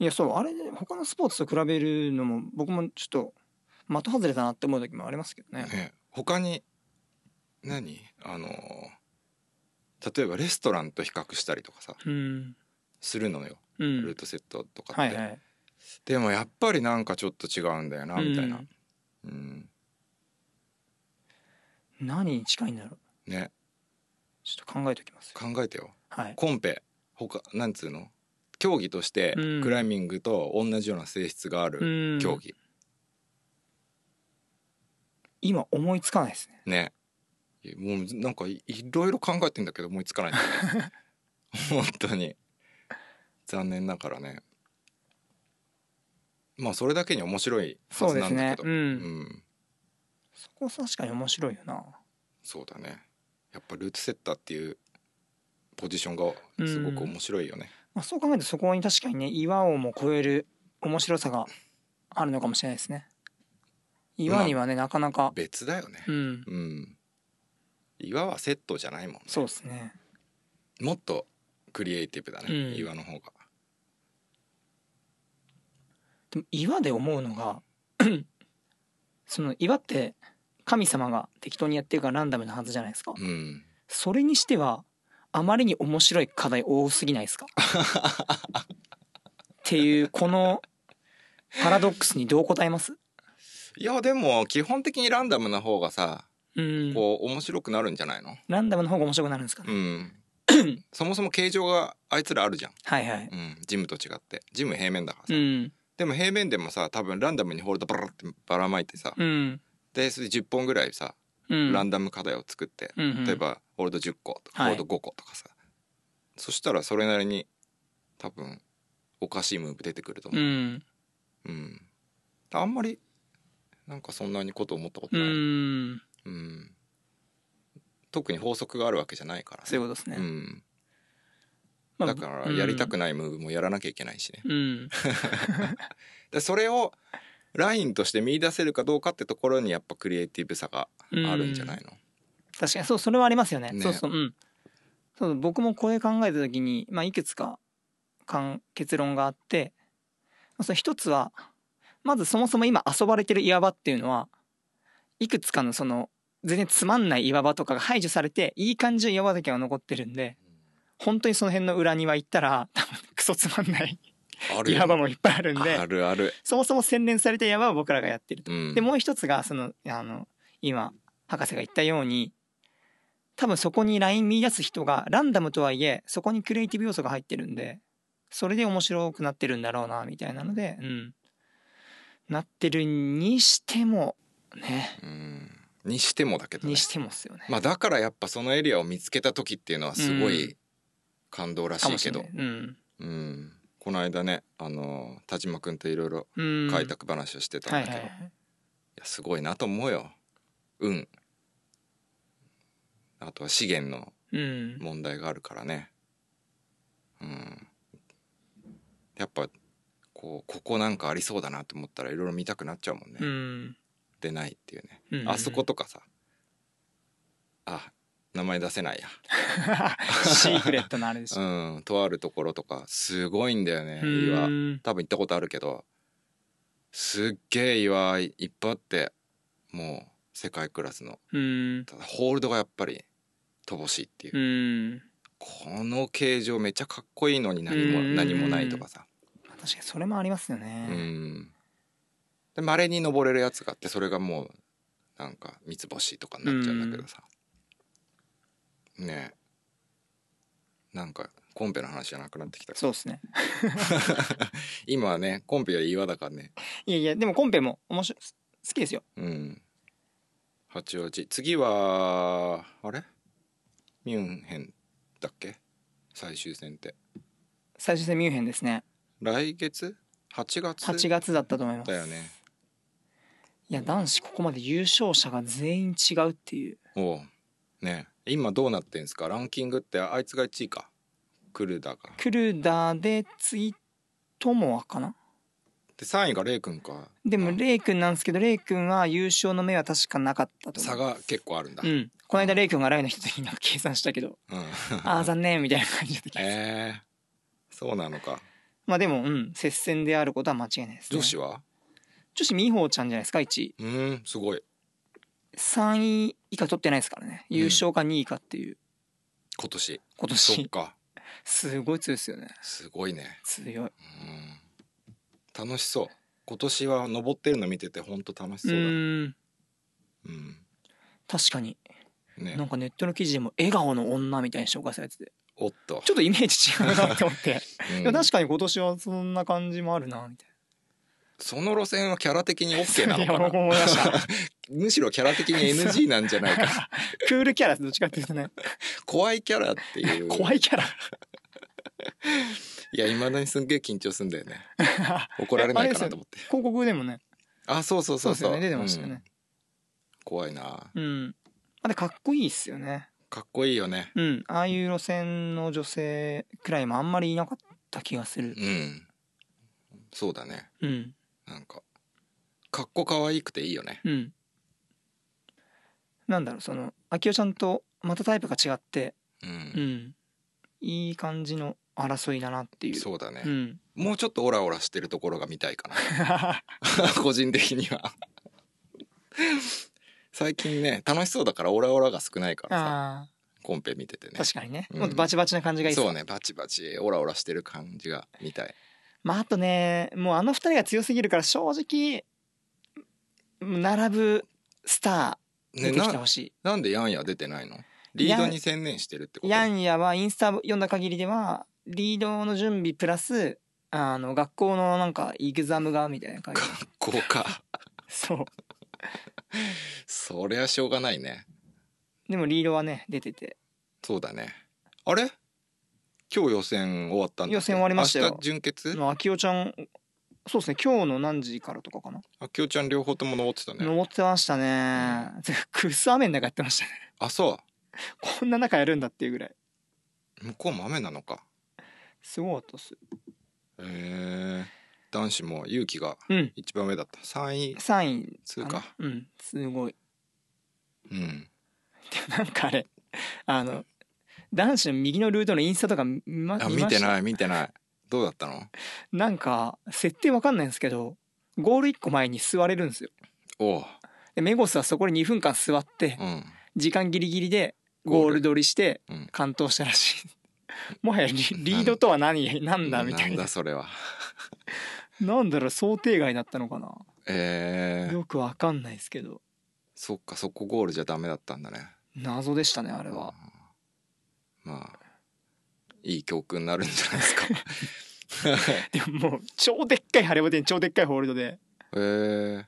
いやそうあれで他のスポーツと比べるのも僕もちょっと的外れだなって思う時もありますけどね
ね、他に何あの例えばレストランと比較したりとかさ
うん
するのよ、
う
ルー
ん
トセットとかって、
はいはい
でもやっぱりなんかちょっと違うんだよなみたいな、うん
うん何に近いんだろう
ね
ちょっと考えておきますよ
考えてよ
はい
コンペ他なんつうの競技として
うん
クライミングと同じような性質がある
うん
競技、
今思いつかないですね
ねいやもうなんかいいろいろ考えてんだけど思いつかないんだよね 本当に残念ながらねまあそれだけに面白いは
そう
ず
で
な
す
んだ
ね
けどう
う
んん
そこ確かに面白いよな
そうだねやっぱルートセッターっていうポジションがすごく面白いよね、
まあ、そう考えるとそこに確かにね岩をも超える面白さがあるのかもしれないですね岩にはねなかなか
別だよね
うん
うん岩はセットじゃないもんね
そうですね
もっとクリエイティブだね、
うん
岩の方が
でも岩で思うのが その岩って神様が適当にやってるからランダムなはずじゃないですか
うん
それにしてはあまりに面白い課題多すぎないですかっていうこのパラドックスにどう答えます
いやでも基本的にランダムな方がさ
うん
こう面白くなるんじゃないの
ランダムの方が面白くなるんですかね、
うん そもそも形状があいつらあるじゃん、
はいはい
うん、ジムと違ってジム平面だから
う
さ、
ん
でも平面でもさ多分ランダムにホールドバラってばらまいてさ、
うん
でそれで10本ぐらいさ、
うん
ランダム課題を作って、
うんうん
例えばホールド10個とか、
はい
ホールド5個とかさそしたらそれなりに多分おかしいムーブ出てくると思う、
うん
うん、あんまりなんかそんなにこと思ったこと
う
ない、
ん
うん特に法則があるわけじゃないから、
そういうことですね、
うん、
まあ
だからやりたくないムーブもやらなきゃいけないしね、
うん
でそれをラインとして見出せるかどうかってところにやっぱクリエイティブさがあるんじゃないの、
確かにそうそれはありますよね
ね
そうそううんそう僕もこれ考えた時に、まあ、いくつかかん結論があってまあその一つはまずそもそも今遊ばれてる岩場っていうのはいくつかのその全然つまんない岩場とかが排除されていい感じの岩場だけが残ってるんで本当にその辺の裏庭行ったら多分クソつまんない
あるよ
岩場もいっぱいあるんで
あるある、
そもそも洗練された山を僕らがやってると。
うん、
でもう一つがそのあの今博士が言ったように多分そこにライン見出す人がランダムとはいえそこにクリエイティブ要素が入ってるんでそれで面白くなってるんだろうなみたいなので、うん、なってるにしてもね
うんにしてもだけどね
にしてもっすよね。
まあだからやっぱそのエリアを見つけた時っていうのはすご
う
い感動らし
かも
い
し
け
れ
ど
ない。、うん
うん、この間ねあの田島君といろいろ
うん、
開拓話をしてた
は
ん
い
だけ
は
ど、
い
いやすごいなと思うようんあとは資源の
うん
問題があるからねうんやっぱこうここなんかありそうだなと思ったらいろいろ見たくなっちゃうもんね、
うん
でないっていうね、
うん
あそことかさあ名前出せないや
シークレットのあれでしょ。
うんとあるところとかすごいんだよね
う
岩
ん
多分行ったことあるけどすっげえ岩いっぱいあってもう世界クラスの
うん
ただホールドがやっぱり乏しいっていう、
うん
この形状めっちゃかっこいいのに何も
うん
何もないとかさ
確かにそれもありますよね。
うんでまれに登れるやつがあってそれがもうなんか三つ星とかになっちゃうんだけどさ、ねえなんかコンペの話じゃなくなってきたけど
そうですね。
今はねコンペより岩だからね
いやいやでもコンペも面白い好きですよ。
うん八王子次はあれミュンヘンだっけ最終戦って
最終戦ミュンヘンですね。
来月8月
8月だったと思います
だよね
いや男子ここまで優勝者が全員違うっていう
おうね今どうなってんすかランキングってあいつが1位かクルーダーか
クルダーで次ともわかな
で3位がレイ君か
でも
あ
レイ君なんですけどレイ君は優勝の目は確かなかったと思う
差が結構あるんだ、
うんこの間レイ君がライの人となんか計算したけど
うん
ああ残念みたいな感じだった気がする
えーそうなのか
まあでもうん接戦であることは間違いないです、ね、
女子は
女子美穂ちゃんじゃないですか1位
うんすごい
3位以下取ってないですからね優勝か2位かっていう
今年
今
そ
年、
っか
すごい強いですよね
すごいね
強い
うん楽しそう今年は登ってるの見てて本当楽し
う
そうだね
ーん
うん
確かに
ね
なんかネットの記事でも「笑顔の女」みたいに紹介されてて
おっと
ちょっとイメージ違うなって思って、
うん
いや確かに今年はそんな感じもあるなみたい
その路線はキャラ的に OK
な
なの
いや
か
僕
な
も思いました
むしろキャラ的に NG なんじゃないか
クールキャラどっちかっていうとね
怖いキャラっていう
怖いキャラ
いやいまだにすんげえ緊張すんだよね怒られないかなと思って
広告でもね
あそうそうそうう
そです
そう
よね出てましたよ
うん
ね
怖いな
うん、あれかっこいいっすよね
かっこいいよね
うんああいう路線の女性くらいもあんまりいなかった気がする
うんそうだね
うん
なんかかっこ可愛くていいよね
うんなんだろうその秋代ちゃんとまたタイプが違って
うん、
うんいい感じの争いだなっていう
そうだね、
うん、
もうちょっとオラオラしてるところが見たいかな 個人的には最近ね楽しそうだからオラオラが少ないからさ
あ
コンペ見てて
あ
ね
確かにね、
うん
もっとバチバチな感じがいいっす
そうねバチバチオラオラしてる感じが見たい
まああとねもうあの二人が強すぎるから正直並ぶスター
ね
出てきて
な
ほし
なんでヤンヤ出てないのリードに専念してるってこ
い、
と
ヤンヤはインスタ読んだ限りではリードの準備プラスあの学校のなんかイグザムがみたいな感じ
こうか
そう
そりゃしょうがないね
でもリードはね出てて
そうだねあれ今日予選終わったんだっけ
予選終わりましたよ
明日準決、
まあ秋代ちゃんそうですね今日の何時からとかかな、
あきおちゃん両方とも登ってたね
登ってましたね、 くす雨の中やってましたね
あそ
こんな中やるんだっていうぐらいう
向こうも雨なのか
すごかったっす
えー、男子も勇気が
うん
一番上だった3位
3位
通過
うんすごい
うん
でもなんかあれあの男子の右のルートのインスタとか見ま
あ
見
見
ましてた
ない見てないどうだったの
なんか設定わかんないんですけどゴール1個前に座れるんですよ
おう
でメゴスはそこに2分間座って
うん
時間ギリギリで
ゴール
ゴール取りして
うん
完投したらしい もはやリリードとは何なんだみたい
ん
な
だそれは
なんだろう想定外だったのかな
えー、
よくわかんないですけど
そっかそこゴールじゃダメだったんだね
謎でしたねあれは
まあいい教訓になるんじゃないですか
でももう超でっかい晴れボテン超でっかいホールドで
えー、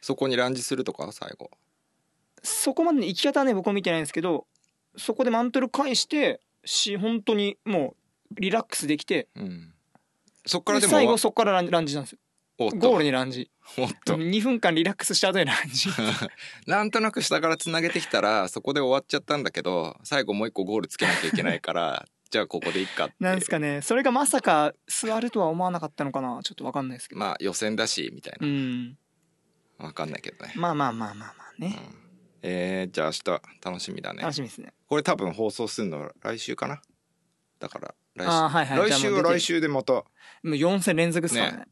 そこにランジするとか最後
そこまでの行き方はね僕も見てないんですけどそこでマントル返してし本当にもうリラックスできて
うんそっからで
で
も
最後そこからランランジなんですよ
おっと
ゴールにランジ
おっと
2分間リラックスした後にランジ
なんとなく下からつなげてきたらそこで終わっちゃったんだけど最後もう一個ゴールつけなきゃいけないから じゃあここでいっかって
なんですかねそれがまさか座るとは思わなかったのかなちょっとわかんないですけど
まあ予選だしみたいうなんわかんないけどね、
まあまあまあまあまあ
うん
ね
えー、じゃあ明日楽しみだね
楽しみですね
これ多分放送するの来週かなだから来週
あーはいはい
来
じゃ
週
あも
は
う出
来
て
週でまたい
もう4戦連続ですからね
ね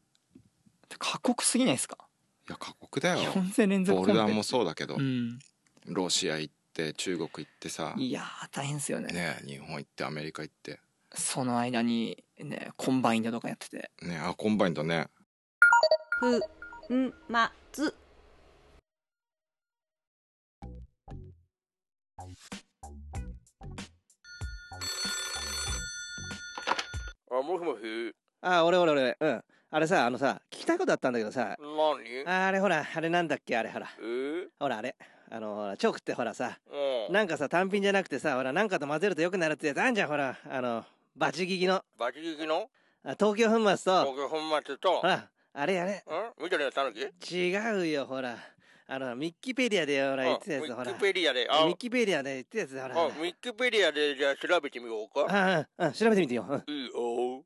過酷すぎないですか
や過酷だよ
4戦連続
ボ
コ
ル
ンペ
ダーもそうだけど、
うん
ロシア行って中国行ってさ
いやー大変ですよね
ね日本行ってアメリカ行って
その間にねコンバインだとかやってて
ねあコンバインだね
ふんまつ
あ、もふもふ。
あ、俺俺俺、うん。あれさ、あのさ、聞きたいことあったんだけどさ、
何え
あれほら、あれなんだっけ、あれほら、
ー、
ほらあれ、あのほら、チョークってほらさ、
うん。
なんかさ、単品じゃなくてさ、ほら、なんかと混ぜると良くなるってやつあんじゃん、ほら、あの、バチギギの。
バチギキの
うあ東京粉末と、
僕本町と
ほ、ら、あれあれ、
うん緑のたぬき
違うよ、ほら。あの、ミッキペディアでほら、言ってたやつ、ほ
ミ
ら。
ッ
ミ
クペディアで、あ、
ッキペディアで言ってたやつ、ほら。
あミックペディアでじゃあ調べてみようか。
ああ、うん調べてみてよ。うん
いいよ。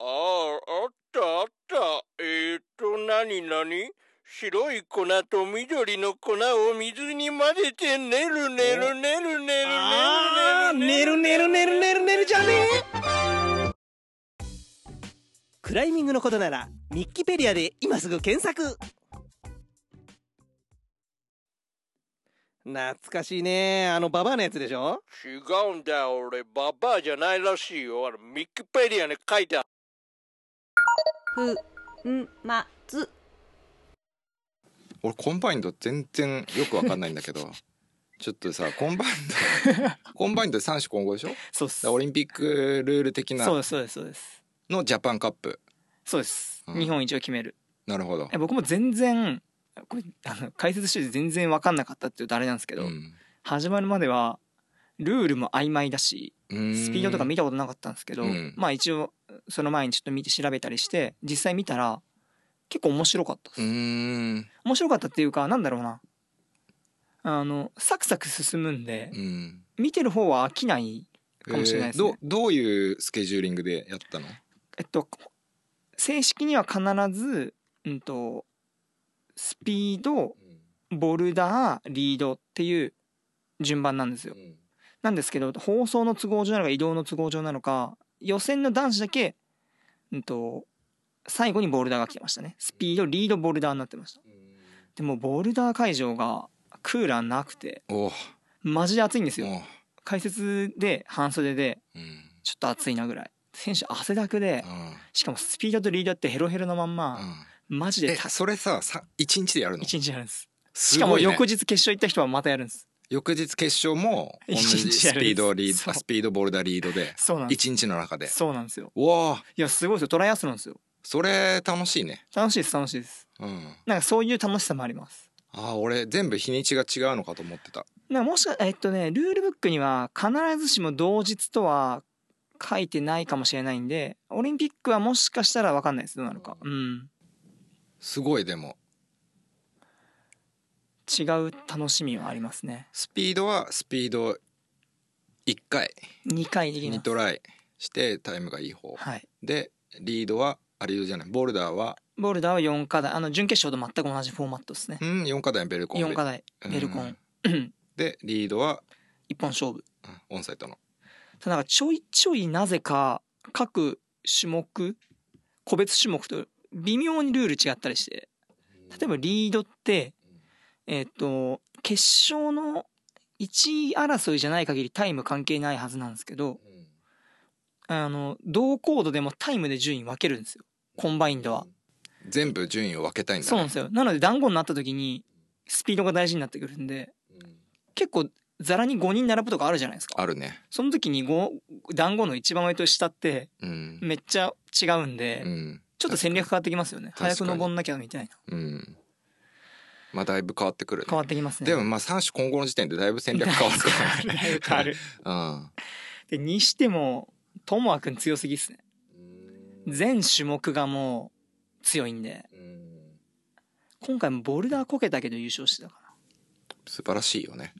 ああ、あったあった。えーと、なになに白い粉と緑の粉を水に混ぜて練る練る練る練る
ああ、
練
寝
る
る寝る寝る寝る寝るじゃねえクライミングのことなら、ミッキペディアで今すぐ検索懐かしいね。あの、ババアのやつでしょ
違うんだよ俺ババアじゃないらしいよあれミックペディアに書いてある
ふんまつ
俺コンバインド全然よくわかんないんだけ どちょっとさコンバインドコンバインドで3種混合でしょだか
そうです
らオリンピックルール的な
そうですそうですそうです
のジャパンカップ
そうで
う
す、
ん
日本一を決める
なるほど
え、僕も全然これあの解説してて全然分かんなかったっていうとあれなんですけど、
うん
始まるまではルールも曖昧だし
うーん
スピードとか見たことなかったんですけど、
うん
まあ一応その前にちょっと見て調べたりして実際見たら結構面白かったです、
うーん
面白かったっていうかなんだろうなあのサクサク進むんで
うん
見てる方は飽きないかもしれないですね
えーどうどういうスケジューリングでやったの
えっと正式には必ず、うん、とスピードボルダーリードっていう順番なんですよなんですけど放送の都合上なのか移動の都合上なのか予選の男子だけ、うん、と最後にボルダーが来てましたねスピードリードボルダーになってましたでもボルダー会場がクーラーなくて
おお
マジで暑いんですよ
も
解説で半袖で
ううん
ちょっと暑いなぐらい選手汗だくで
うん
しかもスピードとリードってヘロヘロのまん
う
ま
ん
マジ
え
でた
それささ一日でやるの
一日やるんですし
し
かも翌日決勝行った人はまたやるんです
翌日決勝も同じ
一日
ス
やるんです
ピードリー
そ
ド
う
あスピードボルダーリードで
そうなんです
一日の中で
そうなんですよ
うわあ
いやすごいですよトライアスロンですよ
それ楽しいね
楽しいです楽しいです
うん
なんかそういう楽しさもあります
あー俺全部日にちが違うのかと思ってた
なんかもしかえっとねルールブックには必ずしも同日とは書いてないかもしれないんでオリンピックはもしかしたら分かんないですどうなるかうん
すごいでも
違う楽しみはありますね
スピードはスピード1回
2回でき
2
な
トライしてタイムがいい方
はい
でリードはあリードじゃないボルダーは
ボルダーは4課題あの準決勝と全く同じフォーマットですね
うん4課題のベルコン
4課題
うん
ベルコン うん
でリードは
一本勝負
うんオンサイトの
ただなんかちょいちょいなぜか各種目個別種目と微妙にルール違ったりして例えばリードってえっ、と決勝の1位争いじゃない限りタイム関係ないはずなんですけどあの同高度でもタイムで順位分けるんですよコンバインドは。
全部順位を分けたいんだね
そうなんですよなので団子になった時にスピードが大事になってくるんで結構ざらに5人並ぶとかあるじゃないですか
あるね
その時にご団子の一番上と下って
うん
めっちゃ違うんで、
うん
ちょっと戦略変わってきますよね
確かに
早く登んなきゃみたいな
うんまあだいぶ変わってくるね
変わってきますね
でもまあ3種混合の時点でだいぶ戦略変わるか
だいぶ変 わる
ら
でにしてもともあくん強すぎっすね全種目がもう強いんで
うん
今回もボルダーこけたけど優勝してたから
素晴らしいよね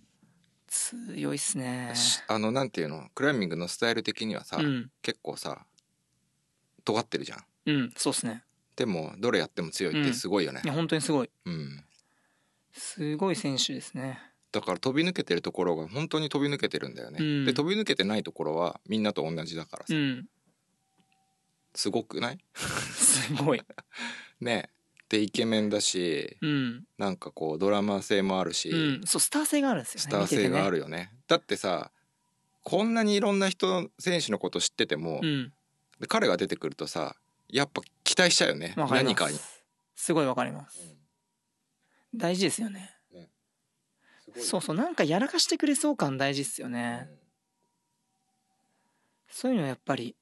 強いっすね
しあのなんていうのクライミングのスタイル的にはさ
うん
結構さ尖ってるじゃん
うんそうっすね
でもどれやっても強いってすごいよね
いや本当にすごい
うん
すごい選手ですね
だから飛び抜けてるところが本当に飛び抜けてるんだよね、
うん
で飛び抜けてないところはみんなと同じだからさ、
うん
すごくない
すごい
ねでイケメンだし
うん
なんかこうドラマ性もあるし、
うんそうスター性があるんですよね
スター性があ
見て
るよねだってさこんなにいろんな人選手のこと知ってても、
てね
で彼が出てくるとさやっぱ期待しちゃうよね
うんわかり
何
ま
かに
すすごいわかります大事ですよねそうそうなんかやらかしてくれそう感大事っすよね、そういうのはやっぱり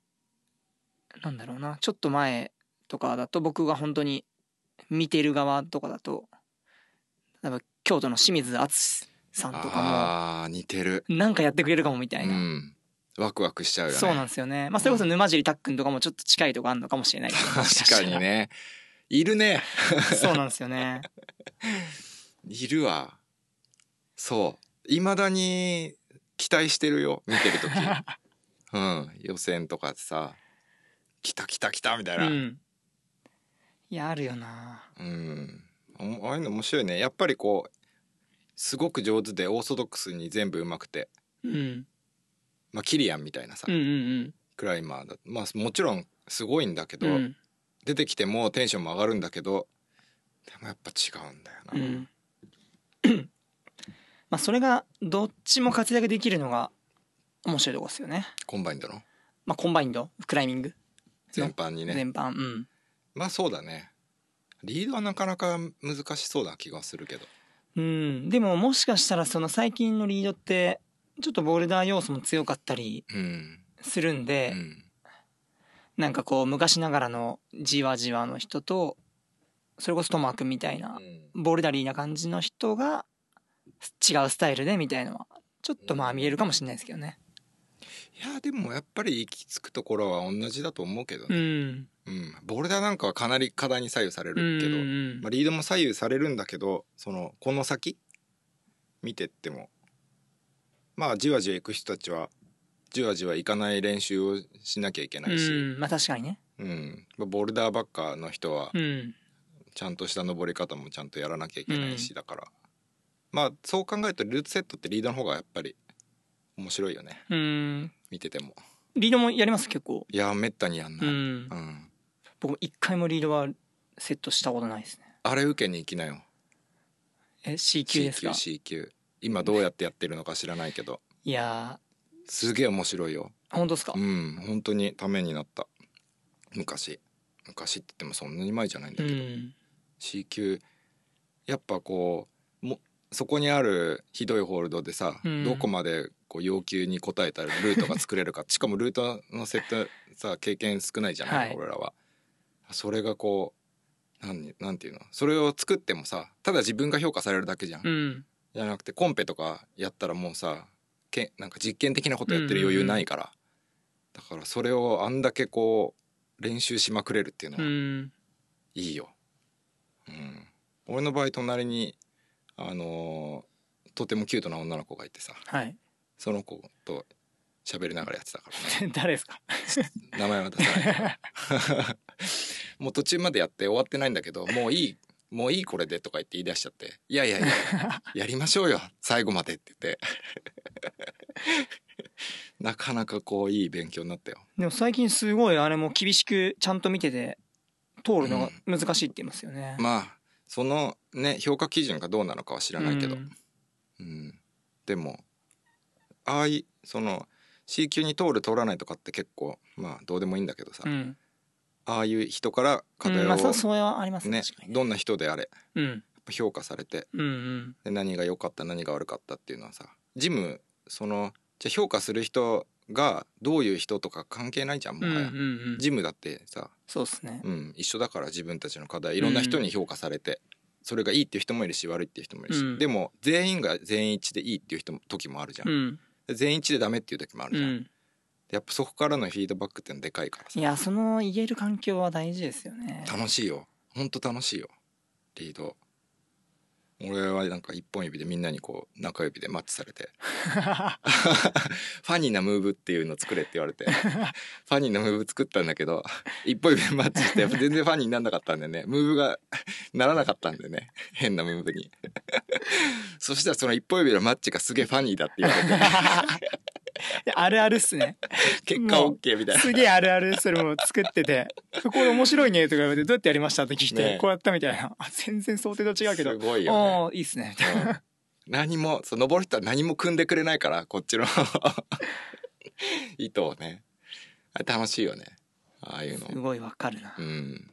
なんだろうなちょっと前とかだと僕が本当に見てる側とかだと例えば京都の清水敦さんとか
あー似てる
もなんかやってくれるかもみたいな、
うんワクワクしちゃうよね
そうなんですよね。まあそれこそ沼尻たっくんとかもちょっと近いとこあるのかもしれないです。もし
確
した
からに。ねいるね
そうなんですよね。
いるわそういまだに期待してるよ見て る時うん予選とかでさ「来た来た来た」みたいうな、
ん。いやあるよな。
うん、おああいうの面白いねやっぱりこうすごく上手でオーソドックスに全部うまくて、
うん。
まあ、キリアンみたいなさ、
うんうん
クライマーだ、まあ、もちろんすごいんだけ
う
ど、
ん。うん。
出てきてもテンションも上がるんだけどでもやっぱ違うんだよな、
うん。まあそれがどっちも活躍できるのが面白いとこですよね。
コンバインドの
まあコンバインド、クライミング
全般にね
全般。うん。
まあそうだねリードはなかなか難しそうな気がするけど
うん。でももしかしたらその最近のリードってちょっとボルダー要素も強かったり
うん、
するんで、
うん、
なんかこう昔ながらのじわじわの人とそれこそトマ君みたいなボルダリーな感じの人が違うスタイルでみたいのはちょっとまあ見えるかもしれないですけどね。
いやでもやっぱり行き着くところは同じだと思うけど
う
ね、
ん。
うんボルダーなんかはかなり課題に左右され
うん
るけど、
うん
まあ、リードも左右されるんだけどそのこの先見てってもまあじわじわ行く人たちはじわじわ行かない練習をしなきゃいけな
う
いし、
ん。まあ確かにね。
うんまあボルダーばっかの人は
うん。
ちゃんとした登り方もちゃんとやらなきゃいけないし、だからまあそう考えるとルートセットってリードの方がやっぱり面白いよね
うん。
見てても
リードもやります結構。
いやめったにやんな
う
い、
ん
う。ん
僕も一回もリードはセットしたことないですね。
あれ受けに行きなよ
え C 級ですか
CQCQ 今どうやってやってるのか知らないけど
いや
すげえ面白いよ
ー本当ですか
うん本当にためになった昔昔って言ってもそんなに前じゃないん
う
だけど、
ん。
C 級やっぱこうもそこにあるひどいホールドでさ、
うん
どこまでこう要求に応えたルートが作れ るかしかもルートのセットさ経験少ないじゃない、
はい
俺らは。それがこうなんなんていうのそれを作ってもさただ自分が評価されるだけじゃん、
うん。
じゃなくてコンペとかやったらもうさけなんか実験的なことやってる余裕ないから、だからそれをあんだけこう練習しまくれるっていうの
う
は、
ん。
いいよ、うん、俺の場合隣にあのーとてもキュートな女の子がいてさ
はい。
その子と喋りながらやってたからね
誰ですか
名前は出さない もう途中までやって終わってないんだけどもういいもういいこれでとか言って言い出しちゃって「いやいやいややりましょうよ最後まで」って言って なかなかこういい勉強になったよ
でも最近すごいあれも厳しくちゃんと見てて通るのが難しいって言いますよね。
まあそのね評価基準がどうなのかは知らないけど、
うん
うん、でもああいその C 級に通る通らないとかって結構まあどうでもいいんだけどさ、
うん。
ああいう人から課
う
題
ん
を、
まあそうそれはありますね。
ね
確かにね
どんな人であれやっ
うん。
ぱ評価されて
うんうん。
で何が良かった何が悪かったっていうのはさジムそのじゃあ評価する人がどういう人とか関係ないじゃんも
うん
は
うん
や、
うん。
ジムだってさ、
そうですね。
うん、一緒だから自分たちの課題いろんな人に評価されて、それがいいっていう人もいるし悪いっていう人もいるし、
うん
でも全員が全員一致でいいっていう人も時もあるじゃん
う、ん。
全員一致でダメっていう時もある
う
じゃん、
ん。
やっぱそこからのフィードバックってのでかいから
い
さ
や、その言える環境は大事ですよね。
楽しいよほんと楽しいよリード俺はなんか一本指でみんなにこう中指でマッチされてファニーなムーブっていうの作れって言われてファニーなムーブ作ったんだけど一本指でマッチしてやっぱ全然ファニーになんなかったんでねムーブがならなかったんでね変なムーブにそしたらその一本指のマッチがすげえファニーだって言われて
あるあるっすね。
結果 OK みたいな
すげえあるある、それも作って て、これ面白いねとか言われて、どうやってやりましたって聞い
ね
て、こうやったみたいな。あ、全然想定と違うけど。
すごいよね
おーいいっすね。
うん何もそう登る人は何も組んでくれないからこっちの糸をねあれ楽しいよねああいう
す
の
ごいわかるな
う。ん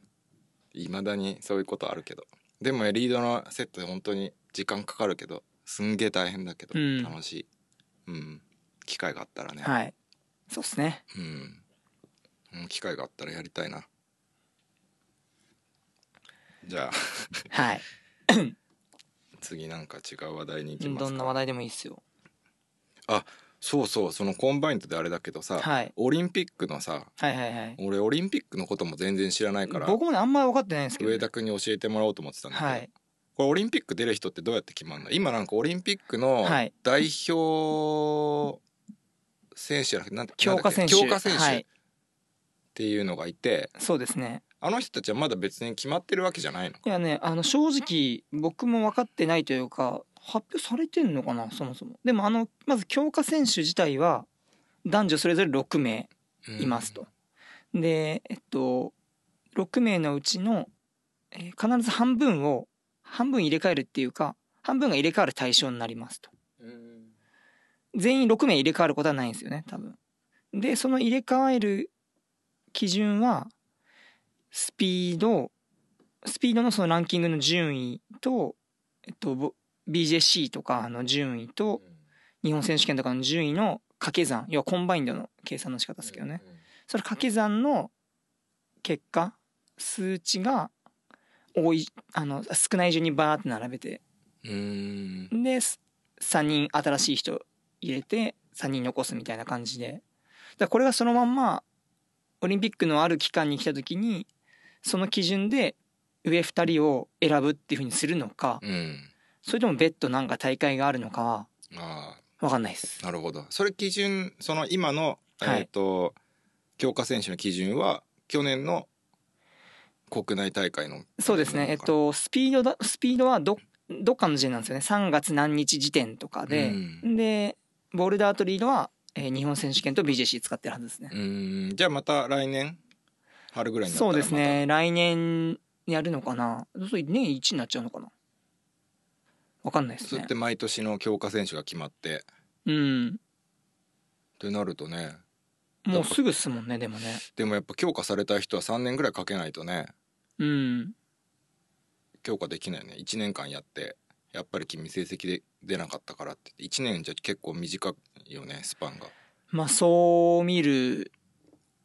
いまだにそういうことあるけどでもリードのセット本当に時間かかるけどすんげえ大変だけど、
うん
楽しい、うん、機会があったらね、
はい。そうっすね。
うんうん、機会があったらやりたいなじゃあ
はい。
次なんか違う話題に行きますか
どんな話題でもいいっすよ。
そうそうそのコンバインドであれだけどさ、
はい
オリンピックのさ
はいはいはい
俺オリンピックのことも全然知らないから
僕もねあんまり分かってないんですけどね、
上田君に教えてもらおうと思ってたんだけど、
はい
これオリンピック出る人ってどうやって決まるの今なんかオリンピックの
はい
代表選手じゃなくてなんて
強化選手
強化選
は
手っ
い、
ていうのがいて、
そうですね
あの人たちはまだ別に決まってるわけじゃないの
いやねあの正直僕も分かってないというか発表されてんのかなそもそもでもあのまず強化選手自体は男女それぞれ6名いますと、でえっと6名のうちの、えー必ず半分を半分入れ替えるっていうか半分が入れ替わる対象になりますと全員6名入れ替わることはないんですよね多分でその入れ替える基準はスピードスピードのそのランキングの順位と、えっと、ぼ BJC とかの順位と日本選手権とかの順位の掛け算要はコンバインドの計算の仕方ですけどねそれ掛け算の結果数値が多いあの少ない順にバーって並べて
うーん
です3人新しい人入れて3人残すみたいな感じでだからこれがそのまんまオリンピックのある期間に来た時にその基準で上2人を選ぶっていうふうにするのか
うん
それとも別途なんか大会があるのかは
あ
分かんないです
あなるほどそれ基準その今の、
はい
えっ、と強化選手の基準は去年の国内大会の
そうですねえっとスピードだスピードはどどっかの時点なんですよね3月何日時点とかで、
うん
でボルダーとリードは、えー日本選手権と BJC 使ってるはずですね
うーんじゃあまた来年春ぐらいになった
そ
ら
うですね来年やるのかなそうすると年1になっちゃうのかなわかんない
ま
で
た
す
そうや
ね
って毎年の強化選手が決まって
うん
ってなるとね
もうすぐっすもんねでもね
でもやっぱ強化された人は3年ぐらいかけないとね
うん
強化できないよね1年間やってやっぱり君成績で出なかったからって1年じゃ結構短いよねスパンが
まあそう見る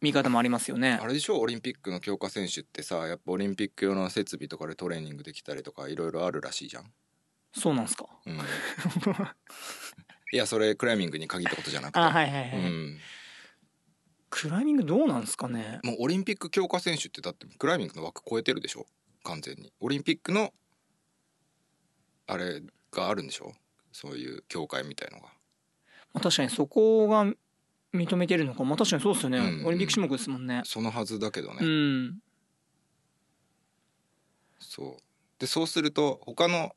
見方もありますよね
あれでしょオリンピックの強化選手ってさやっぱオリンピック用の設備とかでトレーニングできたりとかいろいろあるらしいじゃん、
そうなんですか
うん、いやそれクライミングに限ったことじゃなくて、
あはいはいはい、
うん、
クライミングどうなんですかね
もうオリンピック強化選手ってだってクライミングの枠超えてるでしょ完全にオリンピックのあれがあるんでしょそういう協会みたいのが
まあ確かにそこが認めてるのかまあ確かにそうですよね、
うん
オリンピック種目ですもんね
そのはずだけどね、
うん
そうでそうすると他の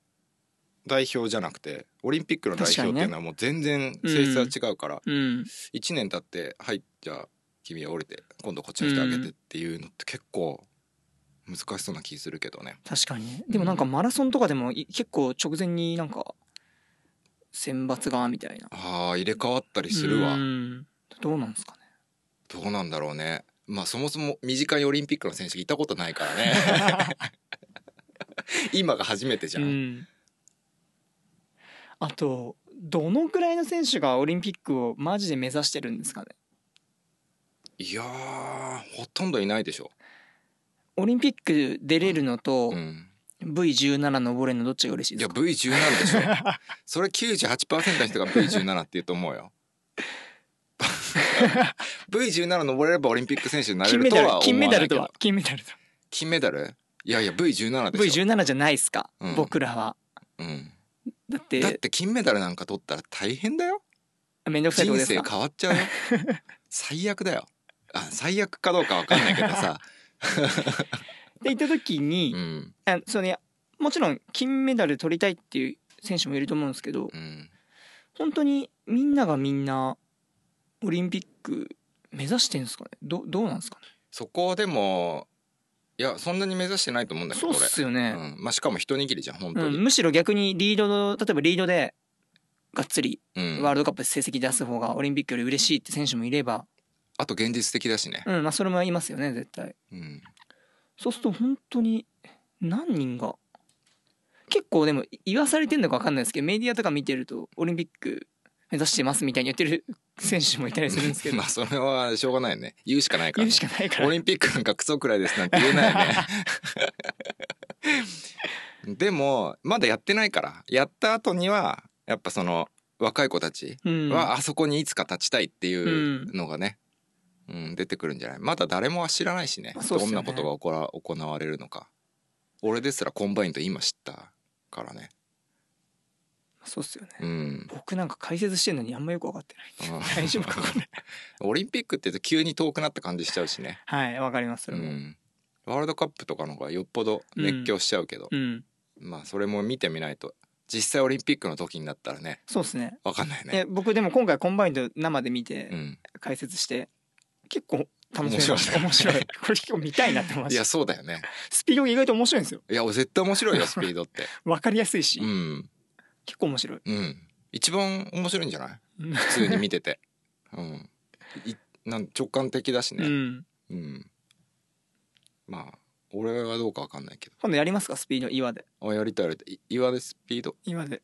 代表じゃなくてオリンピックの代表っていうのはもう全然性質は違うから、
うん
1年経って「はいじゃあ君は降りて今度こっちに来てあげて」っていうのって結構難しそうな気するけどね
確かにねでもなんかマラソンとかでもい結構直前になんか選抜がみたいな
あー入れ替わったりするわ
うんどうなんですかね
どうなんだろうねまあそもそも身近にオリンピックの選手がいたことないからね 今が初めてじゃん、
うんあとどのくらいの選手がオリンピックをマジで目指してるんですかね
いやーほとんどいないでしょ、
オリンピック出れるのと
うん、
V17 登れるのどっちが嬉しい
い
で
や
すか
V17 でしょそれ98%の人が V17 って言うと思う よ V17 登れればオリンピック選手になれ
金
る
メ
と
ダル
は思わないけど
金メダルとは金メダルと
金メダルいやいや V17 でしょ、
V17 じゃないですか、
うん
僕らは
うん、
だって
だって金メダルなんか取ったら大変だよ
めんどくさい
人
とこです
生
か
変わっちゃうよ 最悪だよあ最悪かどうかわかんないけ どさ、
って言った時に、
うん
あそのねもちろん金メダル取りたいっていう選手もいると思うんですけど
うん、
本当にみんながみんなオリンピック目指してんですかねどどうなんですかね
そこはでもいやそんなに目指してないと思うんだけど
そうっ
俺
すよね、
うんまあ、しかも一握りじゃん本
う
当
ん
に、
むしろ逆にリードの例えばリードでがっつり
うん
ワールドカップで成績出す方がオリンピックより嬉しいって選手もいれば、
あと現実的だしね、
うんまあ、それもいますよね絶対
うん、
そうすると本当に何人が結構でも言わされてんのか分かんないですけどメディアとか見てるとオリンピック目指してますみたいに言ってる選手もいたりするんですけ ど
まあそれはしょうがないよね言うしかないから
言う
ね、
しかないから
オリンピックなんかクソくらいですなんて言えないよ ねでもまだやってないからやった後にはやっぱその若い子たち
うん
はあそこにいつか立ちたいっていううんのがね、うん、出てくるんじゃないまだ誰もは知らないしね
そうっす
ど
よ
ん
ね
なことが行わ行われるのか俺ですらコンバインと今知ったからね
そうっすよね、
うん
僕なんか解説してるのにあんまよく分かってない
うん
大丈夫かこれ
オリンピックって言うと急に遠くなった感じしちゃうしね、
はいわかりますそうれも
ん、ワールドカップとかの方がよっぽど熱狂しちゃうけど、
うん
まあそれも見てみないと実際オリンピックの時になったらね
そうっすね
わかんないね
え僕でも今回コンバインド生で見て
うん、
解説して結構楽しめました
面白
面白
い
いこれ結構見たいなって思いま
い
し
や
た
そうだよね
スピードが意外と面白いんですよ
いや絶対面白いよスピードって
わかりやすいし、
うん
結構面白い
うん一番面白いんじゃない普通に見てて うんいなん直感的だし
う
ね
ん
うん、まあ俺はどうかわかんないけ
今度やりますかスピード岩で
どあやりたいやりたいい岩でスピード
岩で